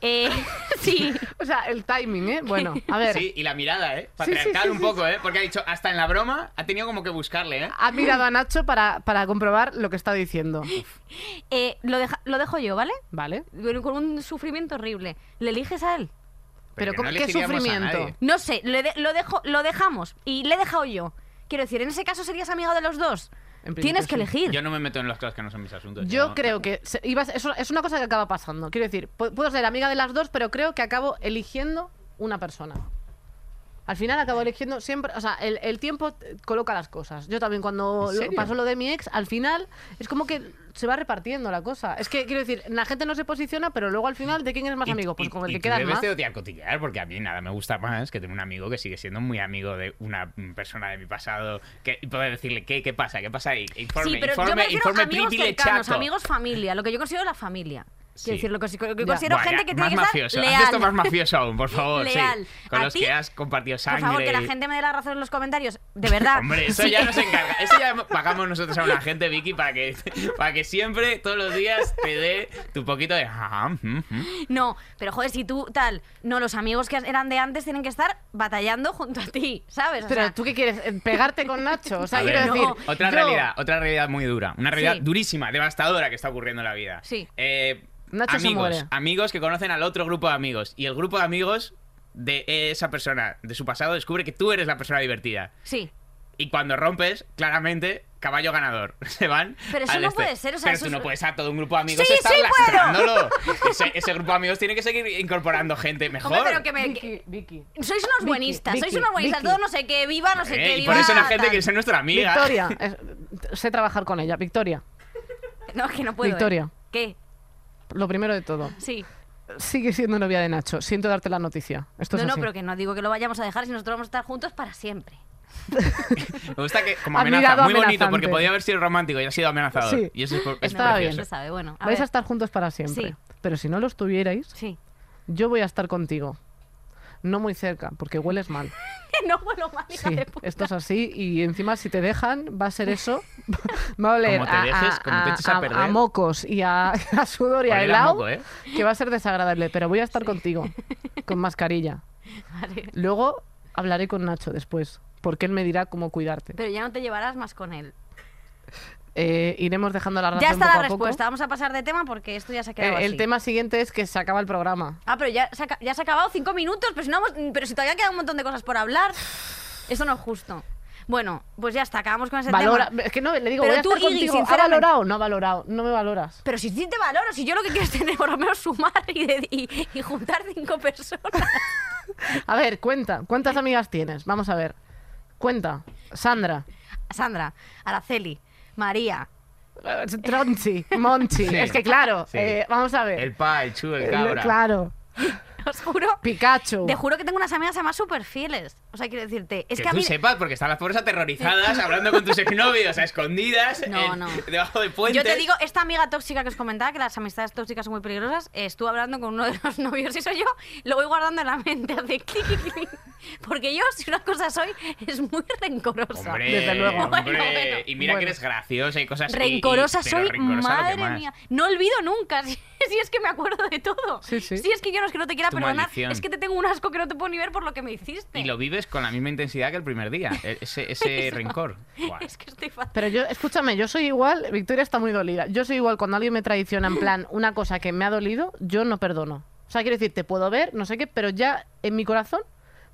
[SPEAKER 3] Eh, sí.
[SPEAKER 2] O sea, el timing, ¿eh? Bueno, a ver.
[SPEAKER 5] Sí, y la mirada, ¿eh? Patriarcal un poco, ¿eh? Porque ha dicho, hasta en la broma ha tenido como que buscarle, ¿eh?
[SPEAKER 2] Ha mirado a Nacho para, para comprobar lo que está diciendo.
[SPEAKER 3] Eh, lo, deja- lo dejo yo, ¿vale?
[SPEAKER 2] ¿Vale?
[SPEAKER 3] Con con un sufrimiento horrible. ¿Le eliges a él?
[SPEAKER 2] Pero,
[SPEAKER 5] que
[SPEAKER 2] ¿cómo-
[SPEAKER 5] no
[SPEAKER 2] ¿qué
[SPEAKER 5] elegiríamos a
[SPEAKER 2] sufrimiento?
[SPEAKER 5] nadie.
[SPEAKER 3] No sé, le de- lo, dejo, lo dejamos y le he dejado yo. Quiero decir, en ese caso serías amigo de los dos.
[SPEAKER 2] en principio
[SPEAKER 3] Tienes
[SPEAKER 2] sí.
[SPEAKER 3] que elegir.
[SPEAKER 5] Yo no me meto en las cosas que no son mis asuntos.
[SPEAKER 2] Yo
[SPEAKER 5] no-
[SPEAKER 2] creo que se- ibas- eso es una cosa que acaba pasando. Quiero decir, pu- puedo ser amiga de las dos, pero creo que acabo eligiendo una persona. Al final acabo eligiendo siempre, o sea, el, el tiempo t- coloca las cosas. Yo también cuando
[SPEAKER 5] ¿En
[SPEAKER 2] lo-
[SPEAKER 5] serio?
[SPEAKER 2] pasó lo de mi ex, al final es como que se va repartiendo la cosa. Es que quiero decir, la gente no se posiciona, pero luego al final de quién eres más
[SPEAKER 5] Y-
[SPEAKER 2] amigo, pues
[SPEAKER 5] y-
[SPEAKER 2] con el
[SPEAKER 5] y
[SPEAKER 2] que
[SPEAKER 5] tú
[SPEAKER 2] quedas
[SPEAKER 5] debes
[SPEAKER 2] más.
[SPEAKER 5] de odiar cotillear, porque a mí nada me gusta más que tener un amigo que sigue siendo muy amigo de una mm, persona de mi pasado que, y poder decirle, ¿qué, qué pasa? ¿Qué pasa ahí? Informe,
[SPEAKER 3] sí, pero
[SPEAKER 5] informe,
[SPEAKER 3] yo me refiero
[SPEAKER 5] informe
[SPEAKER 3] a amigos
[SPEAKER 5] triple
[SPEAKER 3] cercanos,
[SPEAKER 5] chato.
[SPEAKER 3] amigos familia, lo que yo considero la familia.
[SPEAKER 5] Sí.
[SPEAKER 3] Quiero decir, lo que, lo que
[SPEAKER 2] Ya.
[SPEAKER 3] considero
[SPEAKER 5] Buah,
[SPEAKER 3] gente
[SPEAKER 5] ya,
[SPEAKER 3] que tiene
[SPEAKER 5] más
[SPEAKER 3] que
[SPEAKER 5] mafioso.
[SPEAKER 3] estar
[SPEAKER 5] Haz
[SPEAKER 3] leal.
[SPEAKER 5] esto más mafioso aún, por favor. sí.
[SPEAKER 3] Leal.
[SPEAKER 5] Con
[SPEAKER 3] A
[SPEAKER 5] los
[SPEAKER 3] ti,
[SPEAKER 5] que has compartido
[SPEAKER 3] Por
[SPEAKER 5] sangre.
[SPEAKER 3] favor, que la
[SPEAKER 5] y-
[SPEAKER 3] gente me dé la razón en los comentarios. De verdad.
[SPEAKER 5] Hombre, eso
[SPEAKER 3] Sí.
[SPEAKER 5] ya nos encarga. Eso ya pagamos nosotros a una gente, Vicky, para que, para que siempre, todos los días, te dé tu poquito de. "Ah, mm, mm".
[SPEAKER 3] No, pero joder, si tú tal. No, los amigos que eran de antes tienen que estar batallando junto a ti, ¿sabes? O
[SPEAKER 2] Pero
[SPEAKER 3] sea,
[SPEAKER 2] tú qué quieres, Eh, pegarte con Nacho, o sea,
[SPEAKER 5] A
[SPEAKER 2] quiero
[SPEAKER 5] ver,
[SPEAKER 2] decir,
[SPEAKER 3] no.
[SPEAKER 5] otra
[SPEAKER 2] yo-
[SPEAKER 5] realidad, otra realidad muy dura. Una realidad
[SPEAKER 3] Sí.
[SPEAKER 5] durísima, devastadora que está ocurriendo en la vida.
[SPEAKER 3] Sí.
[SPEAKER 5] Eh,
[SPEAKER 2] Nacho se
[SPEAKER 5] amigos,
[SPEAKER 2] muere.
[SPEAKER 5] amigos que conocen al otro grupo de amigos. Y el grupo de amigos de esa persona, de su pasado, descubre que tú eres la persona divertida.
[SPEAKER 3] Sí.
[SPEAKER 5] Y cuando rompes, claramente, caballo ganador. Se van.
[SPEAKER 3] Pero eso
[SPEAKER 5] al
[SPEAKER 3] no
[SPEAKER 5] este.
[SPEAKER 3] puede ser, o sea,
[SPEAKER 5] Pero
[SPEAKER 3] eso
[SPEAKER 5] tú
[SPEAKER 3] es-
[SPEAKER 5] no puedes a todo un grupo de amigos
[SPEAKER 3] Sí,
[SPEAKER 5] estar
[SPEAKER 3] sí puedo.
[SPEAKER 5] lastrándolo. Ese, ese grupo de amigos tiene que seguir incorporando gente mejor. ¿eh?
[SPEAKER 3] Hombre, pero que me. que-
[SPEAKER 2] Vicky, Vicky.
[SPEAKER 3] sois unos
[SPEAKER 2] Vicky,
[SPEAKER 3] buenistas, sois
[SPEAKER 2] Vicky,
[SPEAKER 3] unos buenistas.
[SPEAKER 2] Vicky.
[SPEAKER 3] Todos no sé qué, viva, no sé
[SPEAKER 5] Eh,
[SPEAKER 3] qué,
[SPEAKER 5] y
[SPEAKER 3] viva.
[SPEAKER 5] por eso la gente
[SPEAKER 3] tal.
[SPEAKER 5] quiere ser nuestra amiga.
[SPEAKER 2] Victoria, es- sé trabajar con ella, Victoria,
[SPEAKER 3] No, es que no puedo. ¿eh?
[SPEAKER 2] Victoria.
[SPEAKER 3] ¿Qué?
[SPEAKER 2] lo primero de todo.
[SPEAKER 3] Sí.
[SPEAKER 2] Sigue siendo novia de Nacho. Siento darte la noticia. Esto
[SPEAKER 3] no,
[SPEAKER 2] es
[SPEAKER 3] no,
[SPEAKER 2] así.
[SPEAKER 3] pero que no digo que lo vayamos a dejar si nosotros vamos a estar juntos para siempre.
[SPEAKER 5] Me gusta que como
[SPEAKER 2] Ha
[SPEAKER 5] amenaza,
[SPEAKER 2] mirado
[SPEAKER 5] muy bonito,
[SPEAKER 2] amenazante.
[SPEAKER 5] porque podía haber sido romántico y ha sido amenazador.
[SPEAKER 2] Sí.
[SPEAKER 5] Y eso es, por- es
[SPEAKER 2] Estaba
[SPEAKER 5] precioso.
[SPEAKER 2] bien.
[SPEAKER 3] Se sabe, bueno. a
[SPEAKER 2] Vais
[SPEAKER 3] ver.
[SPEAKER 2] a estar juntos para siempre.
[SPEAKER 3] Sí.
[SPEAKER 2] Pero si no lo estuvierais,
[SPEAKER 3] Sí.
[SPEAKER 2] yo voy a estar contigo. No muy cerca, porque hueles mal.
[SPEAKER 3] no vuelo mal, hija
[SPEAKER 2] Sí,
[SPEAKER 3] de puta.
[SPEAKER 2] esto es así. Y encima, si te dejan, va a ser eso. Va a oler
[SPEAKER 5] Como te
[SPEAKER 2] a,
[SPEAKER 5] dejes, como te
[SPEAKER 2] a-
[SPEAKER 5] eches a
[SPEAKER 2] a-
[SPEAKER 5] perder.
[SPEAKER 2] a mocos y a, a sudor y a
[SPEAKER 5] Oler a
[SPEAKER 2] helado,
[SPEAKER 5] moco, ¿eh?
[SPEAKER 2] que va a ser desagradable. Pero voy a estar contigo, con mascarilla.
[SPEAKER 3] Vale.
[SPEAKER 2] Luego hablaré con Nacho después, porque él me dirá cómo cuidarte.
[SPEAKER 3] Pero ya no te llevarás más con él.
[SPEAKER 2] Eh, iremos dejando la razón
[SPEAKER 3] Ya está
[SPEAKER 2] poco
[SPEAKER 3] la
[SPEAKER 2] a poco.
[SPEAKER 3] respuesta. Vamos a pasar de tema porque esto ya se ha quedado
[SPEAKER 2] Eh, el
[SPEAKER 3] así.
[SPEAKER 2] tema siguiente es que se acaba el programa.
[SPEAKER 3] Ah, pero ya se, ha, ca- ya se ha acabado cinco minutos, pero si, no hemos- pero si todavía queda un montón de cosas por hablar. Eso no es justo. Bueno, pues ya está, acabamos con ese
[SPEAKER 2] Valora,
[SPEAKER 3] tema.
[SPEAKER 2] es que no, le digo,
[SPEAKER 3] Pero
[SPEAKER 2] voy a
[SPEAKER 3] tú,
[SPEAKER 2] estar
[SPEAKER 3] Iggy,
[SPEAKER 2] contigo. ¿Ha
[SPEAKER 3] sinceramente-
[SPEAKER 2] valorado? No ha valorado, no me valoras.
[SPEAKER 3] Pero si sí te valoro, si yo lo que quiero es tener por lo menos sumar y, de- y- y juntar cinco personas.
[SPEAKER 2] A ver, cuenta,
[SPEAKER 3] Eh.
[SPEAKER 2] ¿cuántas amigas tienes? Vamos a ver. Cuenta, Sandra,
[SPEAKER 3] Sandra, Araceli, María,
[SPEAKER 2] eh, Tronchi, Monchi.
[SPEAKER 5] Sí.
[SPEAKER 2] Es que claro,
[SPEAKER 5] Sí.
[SPEAKER 2] eh, vamos a ver.
[SPEAKER 5] El pa, el chu, el
[SPEAKER 2] Eh,
[SPEAKER 5] cabra.
[SPEAKER 2] claro,
[SPEAKER 3] os juro.
[SPEAKER 2] Pikachu.
[SPEAKER 3] Te juro que tengo unas amigas además súper fieles. O sea, quiero decirte, es
[SPEAKER 5] que,
[SPEAKER 3] que, a
[SPEAKER 5] tú
[SPEAKER 3] mí...
[SPEAKER 5] sepas, porque están las pobres aterrorizadas hablando con tus exnovios a escondidas,
[SPEAKER 3] No,
[SPEAKER 5] en-
[SPEAKER 3] no.
[SPEAKER 5] debajo de puentes.
[SPEAKER 3] Yo te digo, esta amiga tóxica que os comentaba, que las amistades tóxicas son muy peligrosas, eh, estuve hablando con uno de los novios y soy yo, lo voy guardando en la mente, hace clic, clic, clic. porque yo, si una cosa soy, es muy rencorosa.
[SPEAKER 5] Hombre,
[SPEAKER 2] Desde luego.
[SPEAKER 5] hombre,
[SPEAKER 3] Bueno, bueno.
[SPEAKER 5] y mira que
[SPEAKER 2] Bueno.
[SPEAKER 5] eres graciosa y cosas y- y-
[SPEAKER 3] Rencorosa
[SPEAKER 5] pero
[SPEAKER 3] soy,
[SPEAKER 5] rencorosa lo que
[SPEAKER 3] madre
[SPEAKER 5] más.
[SPEAKER 3] mía. No olvido nunca, si, si es que me acuerdo de todo.
[SPEAKER 2] Sí, sí.
[SPEAKER 3] Si es que yo no es que no te quiera
[SPEAKER 5] Tu
[SPEAKER 3] perdonar,
[SPEAKER 5] maldición.
[SPEAKER 3] es que te tengo un asco que no te puedo ni ver por lo que me hiciste.
[SPEAKER 5] Y lo vives con la misma intensidad que el primer día, e- ese, ese rencor. Buah.
[SPEAKER 3] Es que estoy fatal.
[SPEAKER 2] Pero yo, escúchame, yo soy igual, Victoria está muy dolida. Yo soy igual cuando alguien me traiciona en plan una cosa que me ha dolido, yo no perdono. O sea, quiero decir, te puedo ver, no sé qué, pero ya en mi corazón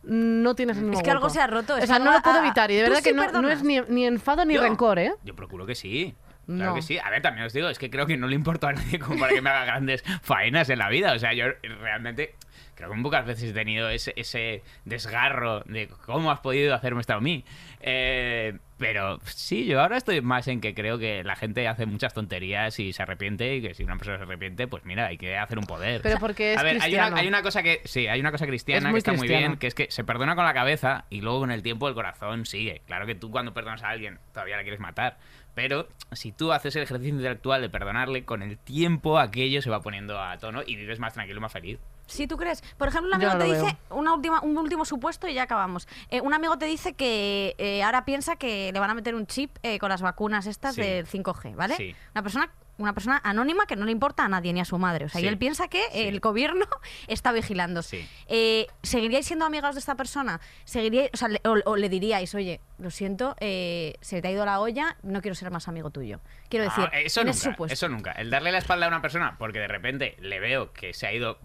[SPEAKER 2] no tienes ningún
[SPEAKER 3] Es que algo
[SPEAKER 2] hueco.
[SPEAKER 3] se ha roto, es
[SPEAKER 2] O sea,
[SPEAKER 3] algo
[SPEAKER 2] no lo
[SPEAKER 3] a-
[SPEAKER 2] puedo
[SPEAKER 3] a-
[SPEAKER 2] evitar. Y de
[SPEAKER 3] Tú
[SPEAKER 2] verdad
[SPEAKER 3] sí
[SPEAKER 2] que no, no es ni, ni enfado ni
[SPEAKER 5] Yo-
[SPEAKER 2] rencor, ¿eh?
[SPEAKER 5] Yo procuro que sí. Claro
[SPEAKER 2] No.
[SPEAKER 5] que sí. A ver, también os digo, es que creo que no le importa a nadie como para que me haga grandes faenas en la vida. O sea, yo realmente creo que muy pocas veces he tenido ese, ese desgarro de cómo has podido hacerme esto a mí. Eh, pero sí, yo ahora estoy más en que creo que la gente hace muchas tonterías y se arrepiente y que si una persona se arrepiente, pues mira, hay que hacer un poder.
[SPEAKER 2] Pero porque es
[SPEAKER 5] a ver, hay una,
[SPEAKER 2] cristiano.
[SPEAKER 5] hay una cosa que sí, hay una cosa
[SPEAKER 2] Es
[SPEAKER 5] cristiana
[SPEAKER 2] muy
[SPEAKER 5] que está muy bien,
[SPEAKER 2] cristiano.
[SPEAKER 5] que es que se perdona con la cabeza y luego con el tiempo el corazón sigue. Claro que tú cuando perdonas a alguien todavía la quieres matar, pero si tú haces el ejercicio intelectual de perdonarle con el tiempo aquello se va poniendo a tono y vives más tranquilo, más feliz.
[SPEAKER 3] Si tú crees. Por ejemplo, un
[SPEAKER 2] Yo
[SPEAKER 3] amigo
[SPEAKER 2] no
[SPEAKER 3] te
[SPEAKER 2] lo
[SPEAKER 3] dice,
[SPEAKER 2] veo.
[SPEAKER 3] una última, un último supuesto y ya acabamos. Eh, un amigo te dice que eh, ahora piensa que le van a meter un chip eh, con las vacunas estas
[SPEAKER 5] Sí.
[SPEAKER 3] del 5G, ¿vale?
[SPEAKER 5] Sí.
[SPEAKER 3] Una persona una persona anónima que no le importa a nadie ni a su madre. O sea,
[SPEAKER 5] Sí.
[SPEAKER 3] y él piensa que
[SPEAKER 5] Sí.
[SPEAKER 3] el gobierno está vigilando.
[SPEAKER 5] Sí.
[SPEAKER 3] Eh, ¿Seguiríais siendo amigos de esta persona? ¿Seguiríais, o, sea, le, o- o le diríais, oye, lo siento, eh, se te ha ido la olla, no quiero ser más amigo tuyo? Quiero decir,
[SPEAKER 5] Ah, eso
[SPEAKER 3] en
[SPEAKER 5] nunca,
[SPEAKER 3] ese supuesto.
[SPEAKER 5] eso nunca. El darle la espalda a una persona porque de repente le veo que se ha ido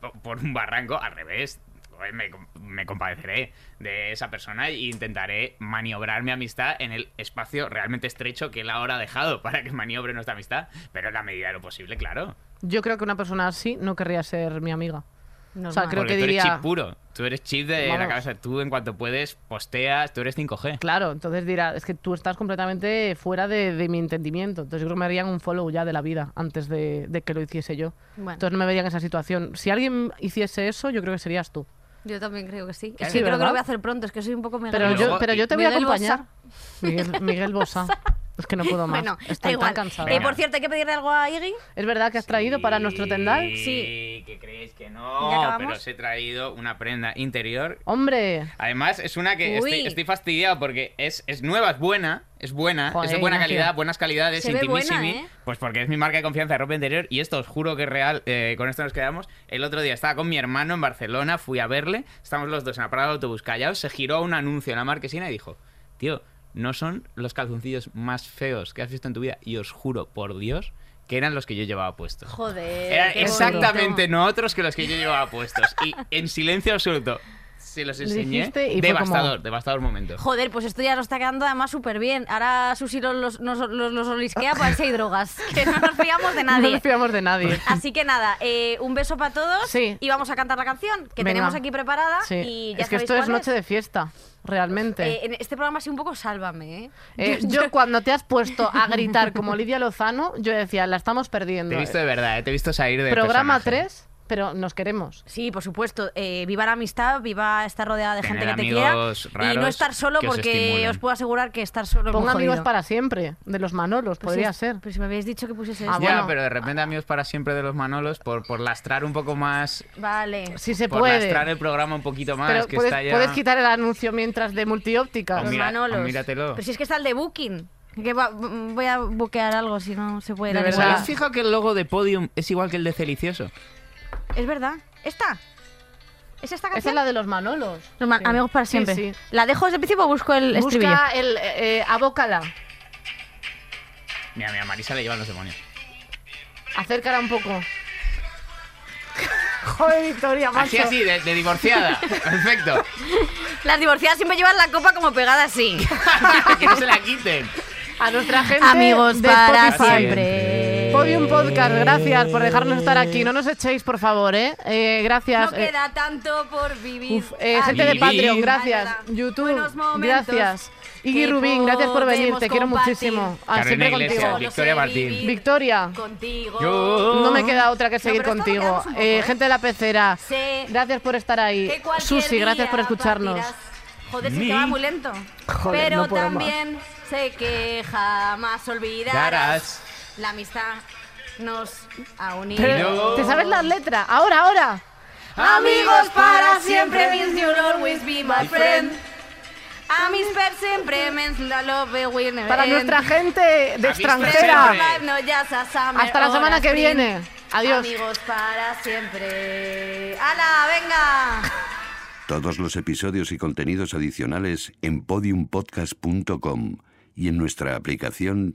[SPEAKER 5] po- por un barranco, al revés, joder, me, me compadeceré de esa persona e intentaré maniobrar mi amistad en el espacio realmente estrecho que él ahora ha dejado para que maniobre nuestra amistad, pero en la medida de lo posible, claro.
[SPEAKER 2] Yo creo que una persona así no querría ser mi amiga.
[SPEAKER 3] Normal.
[SPEAKER 2] O sea, creo
[SPEAKER 5] Porque
[SPEAKER 2] que
[SPEAKER 5] tú eres
[SPEAKER 2] diría.
[SPEAKER 5] chip puro, tú eres chip de la
[SPEAKER 2] Vamos.
[SPEAKER 5] cabeza, tú en cuanto puedes posteas, tú eres 5G.
[SPEAKER 2] Claro, entonces dirá, es que tú estás completamente fuera de, de mi entendimiento. Entonces yo creo que me harían un follow ya de la vida antes de, de que lo hiciese yo.
[SPEAKER 3] Bueno.
[SPEAKER 2] Entonces no me verían en esa situación. Si alguien hiciese eso, yo creo que serías tú.
[SPEAKER 3] Yo también creo que sí.
[SPEAKER 5] Claro.
[SPEAKER 3] Es que creo que
[SPEAKER 2] ¿Verdad?
[SPEAKER 3] lo voy a hacer pronto, es que soy un poco mega.
[SPEAKER 2] Pero,
[SPEAKER 5] Y luego-
[SPEAKER 2] yo, pero yo te voy a
[SPEAKER 3] Miguel
[SPEAKER 2] acompañar. Miguel, Miguel Bosa. Es que no puedo más.
[SPEAKER 3] Bueno,
[SPEAKER 2] Estoy
[SPEAKER 3] da
[SPEAKER 2] tan
[SPEAKER 3] igual.
[SPEAKER 2] cansada.
[SPEAKER 3] Eh, por cierto, hay que pedirle algo a Iggy.
[SPEAKER 2] ¿Es verdad que has traído para nuestro tendal?
[SPEAKER 5] Sí, que creéis que
[SPEAKER 3] ¿Ya
[SPEAKER 5] no,
[SPEAKER 3] acabamos?
[SPEAKER 5] pero os he traído una prenda interior.
[SPEAKER 2] ¡Hombre!
[SPEAKER 5] Además, es una que
[SPEAKER 3] Uy.
[SPEAKER 5] estoy, estoy fastidiado porque es, es nueva, es buena, es buena,
[SPEAKER 2] Joder,
[SPEAKER 5] es de buena
[SPEAKER 2] Ignacio.
[SPEAKER 5] calidad, buenas calidades,
[SPEAKER 3] Se ve buena,
[SPEAKER 5] intimísimi.
[SPEAKER 3] ¿eh?
[SPEAKER 5] Pues porque es mi marca de confianza de ropa interior y esto os juro que es real, eh, con esto nos quedamos. El otro día estaba con mi hermano en Barcelona, fui a verle, estamos los dos en la parada de autobús callados, se giró un anuncio en la marquesina y dijo, tío, no son los calzoncillos más feos que has visto en tu vida y os juro por Dios que eran los que yo llevaba puestos.
[SPEAKER 3] Joder.
[SPEAKER 5] Eran
[SPEAKER 3] qué
[SPEAKER 5] Eh, exactamente
[SPEAKER 3] bonito.
[SPEAKER 5] no otros que los que yo llevaba puestos. Y en silencio absoluto. Se los
[SPEAKER 2] Le
[SPEAKER 5] enseñé.
[SPEAKER 2] dijiste y fue
[SPEAKER 5] Devastador,
[SPEAKER 2] como-
[SPEAKER 5] devastador momento.
[SPEAKER 3] Joder, pues esto ya nos está quedando además súper bien. Ahora Susi los, los, nos- los, los olisquea para ver si hay drogas. Que no nos fiamos de
[SPEAKER 2] No
[SPEAKER 3] nadie.
[SPEAKER 2] nos fiamos de nadie.
[SPEAKER 3] Así que nada, eh, un beso para todos
[SPEAKER 2] Sí.
[SPEAKER 3] y vamos a cantar la canción que
[SPEAKER 2] Venga.
[SPEAKER 3] tenemos aquí preparada.
[SPEAKER 2] Sí.
[SPEAKER 3] Ah, Y ya
[SPEAKER 2] es que
[SPEAKER 3] sabéis
[SPEAKER 2] esto es
[SPEAKER 3] cuál
[SPEAKER 2] noche de fiesta, realmente.
[SPEAKER 3] Eh, en este programa ha sido un poco sálvame, ¿eh?
[SPEAKER 2] Eh, yo cuando te has puesto a gritar como Lidia Lozano, yo decía, la estamos perdiendo.
[SPEAKER 5] Te he visto de verdad, eh, te he visto salir de
[SPEAKER 2] Programa
[SPEAKER 5] personaje.
[SPEAKER 2] 3, pero nos queremos.
[SPEAKER 3] Sí, por supuesto. eh, viva la amistad, viva estar rodeada de
[SPEAKER 5] Tener
[SPEAKER 3] gente que te quiera.
[SPEAKER 5] amigos
[SPEAKER 3] Y no
[SPEAKER 5] raros
[SPEAKER 3] estar solo
[SPEAKER 5] que os
[SPEAKER 3] porque
[SPEAKER 5] estimulen.
[SPEAKER 3] os, puedo asegurar que estar solo es muy
[SPEAKER 2] Ponga amigos
[SPEAKER 3] jodido.
[SPEAKER 2] para siempre, de los Manolos,
[SPEAKER 3] Pues
[SPEAKER 2] podría
[SPEAKER 3] es-
[SPEAKER 2] ser.
[SPEAKER 3] Pero si me habéis dicho que pusiese
[SPEAKER 2] Ah,
[SPEAKER 3] esto.
[SPEAKER 5] ya,
[SPEAKER 2] bueno.
[SPEAKER 5] pero de repente amigos para siempre de los Manolos por, por lastrar un poco más.
[SPEAKER 3] Vale.
[SPEAKER 2] Si se
[SPEAKER 5] por
[SPEAKER 2] puede.
[SPEAKER 5] lastrar el programa un poquito más.
[SPEAKER 2] Pero
[SPEAKER 5] que
[SPEAKER 2] puedes,
[SPEAKER 5] está ya...
[SPEAKER 2] puedes quitar el anuncio mientras de multióptica.
[SPEAKER 5] O
[SPEAKER 3] Los
[SPEAKER 5] Ah, mira-
[SPEAKER 3] Manolos.
[SPEAKER 5] o míratelo.
[SPEAKER 3] Pero si es que está el de Booking. Que va- m- voy a buquear algo si no se puede.
[SPEAKER 2] De
[SPEAKER 3] dar
[SPEAKER 5] ¿Os
[SPEAKER 2] verdad.
[SPEAKER 5] habéis fijado que el logo de Podium es igual que el de Celicioso?
[SPEAKER 3] igual. Es verdad. ¿Esta? ¿Es esta
[SPEAKER 2] Esa
[SPEAKER 3] canción?
[SPEAKER 2] es la de los Manolos.
[SPEAKER 3] Los ma-
[SPEAKER 2] Sí.
[SPEAKER 3] Amigos para
[SPEAKER 2] Sí,
[SPEAKER 3] siempre.
[SPEAKER 2] sí.
[SPEAKER 3] ¿La dejo desde el principio o busco el estribillo?
[SPEAKER 2] Busca el eh, eh, abócala.
[SPEAKER 5] Mira, mira, Marisa le llevan los demonios.
[SPEAKER 2] Acércala un poco. Joder, Victoria, macho.
[SPEAKER 5] Así, así, de, de divorciada. Perfecto.
[SPEAKER 3] Las divorciadas siempre llevan la copa como pegada así.
[SPEAKER 5] que no se la quiten.
[SPEAKER 2] A nuestra gente
[SPEAKER 3] Amigos
[SPEAKER 2] de
[SPEAKER 3] para
[SPEAKER 2] Spotify.
[SPEAKER 3] siempre.
[SPEAKER 2] Podium Podcast, gracias por dejarnos estar aquí. No nos echéis, por favor, ¿eh? Eh, gracias.
[SPEAKER 3] No
[SPEAKER 2] eh,
[SPEAKER 3] queda tanto por vivir.
[SPEAKER 2] Uf, eh, gente de
[SPEAKER 5] Vivir.
[SPEAKER 2] Patreon, gracias.
[SPEAKER 3] Ay, verdad.
[SPEAKER 2] YouTube,
[SPEAKER 3] Buenos momentos
[SPEAKER 2] gracias. Iggy
[SPEAKER 3] que
[SPEAKER 2] Rubín, gracias por venir,
[SPEAKER 3] podemos
[SPEAKER 2] te quiero
[SPEAKER 3] compartir.
[SPEAKER 2] muchísimo. Ah,
[SPEAKER 5] Carolina
[SPEAKER 2] siempre
[SPEAKER 5] Iglesias,
[SPEAKER 2] contigo.
[SPEAKER 5] Victoria Martín.
[SPEAKER 2] Victoria,
[SPEAKER 3] Contigo.
[SPEAKER 5] Yo-
[SPEAKER 2] no me queda otra que seguir
[SPEAKER 3] pero esto lo
[SPEAKER 2] contigo.
[SPEAKER 3] quedamos un poco,
[SPEAKER 2] Eh,
[SPEAKER 3] ¿eh?
[SPEAKER 2] Gente de la pecera,
[SPEAKER 3] Sé
[SPEAKER 2] gracias por estar ahí.
[SPEAKER 3] que cualquier
[SPEAKER 2] Susi,
[SPEAKER 3] día
[SPEAKER 2] gracias por escucharnos.
[SPEAKER 3] partirás. Joder, si
[SPEAKER 5] Mi-
[SPEAKER 3] te va muy lento.
[SPEAKER 2] Joder,
[SPEAKER 3] Pero
[SPEAKER 2] no puedo
[SPEAKER 3] también sé que jamás olvidarás
[SPEAKER 5] Darás.
[SPEAKER 3] la amistad nos ha unido.
[SPEAKER 2] Pero, ¿Te sabes la letra? Ahora, ahora.
[SPEAKER 3] Amigos para siempre, means you'll always be my friend. Amis per siempre, means la love will never
[SPEAKER 2] Para
[SPEAKER 3] end.
[SPEAKER 2] nuestra gente de extranjera.
[SPEAKER 5] presentes.
[SPEAKER 3] No, just a summer
[SPEAKER 2] Hasta la
[SPEAKER 3] or
[SPEAKER 2] semana
[SPEAKER 3] a
[SPEAKER 2] que
[SPEAKER 3] spring.
[SPEAKER 2] viene. Adiós.
[SPEAKER 3] Amigos para siempre. ¡Hala, venga!
[SPEAKER 4] Todos los episodios y contenidos adicionales en podiumpodcast.com y en nuestra aplicación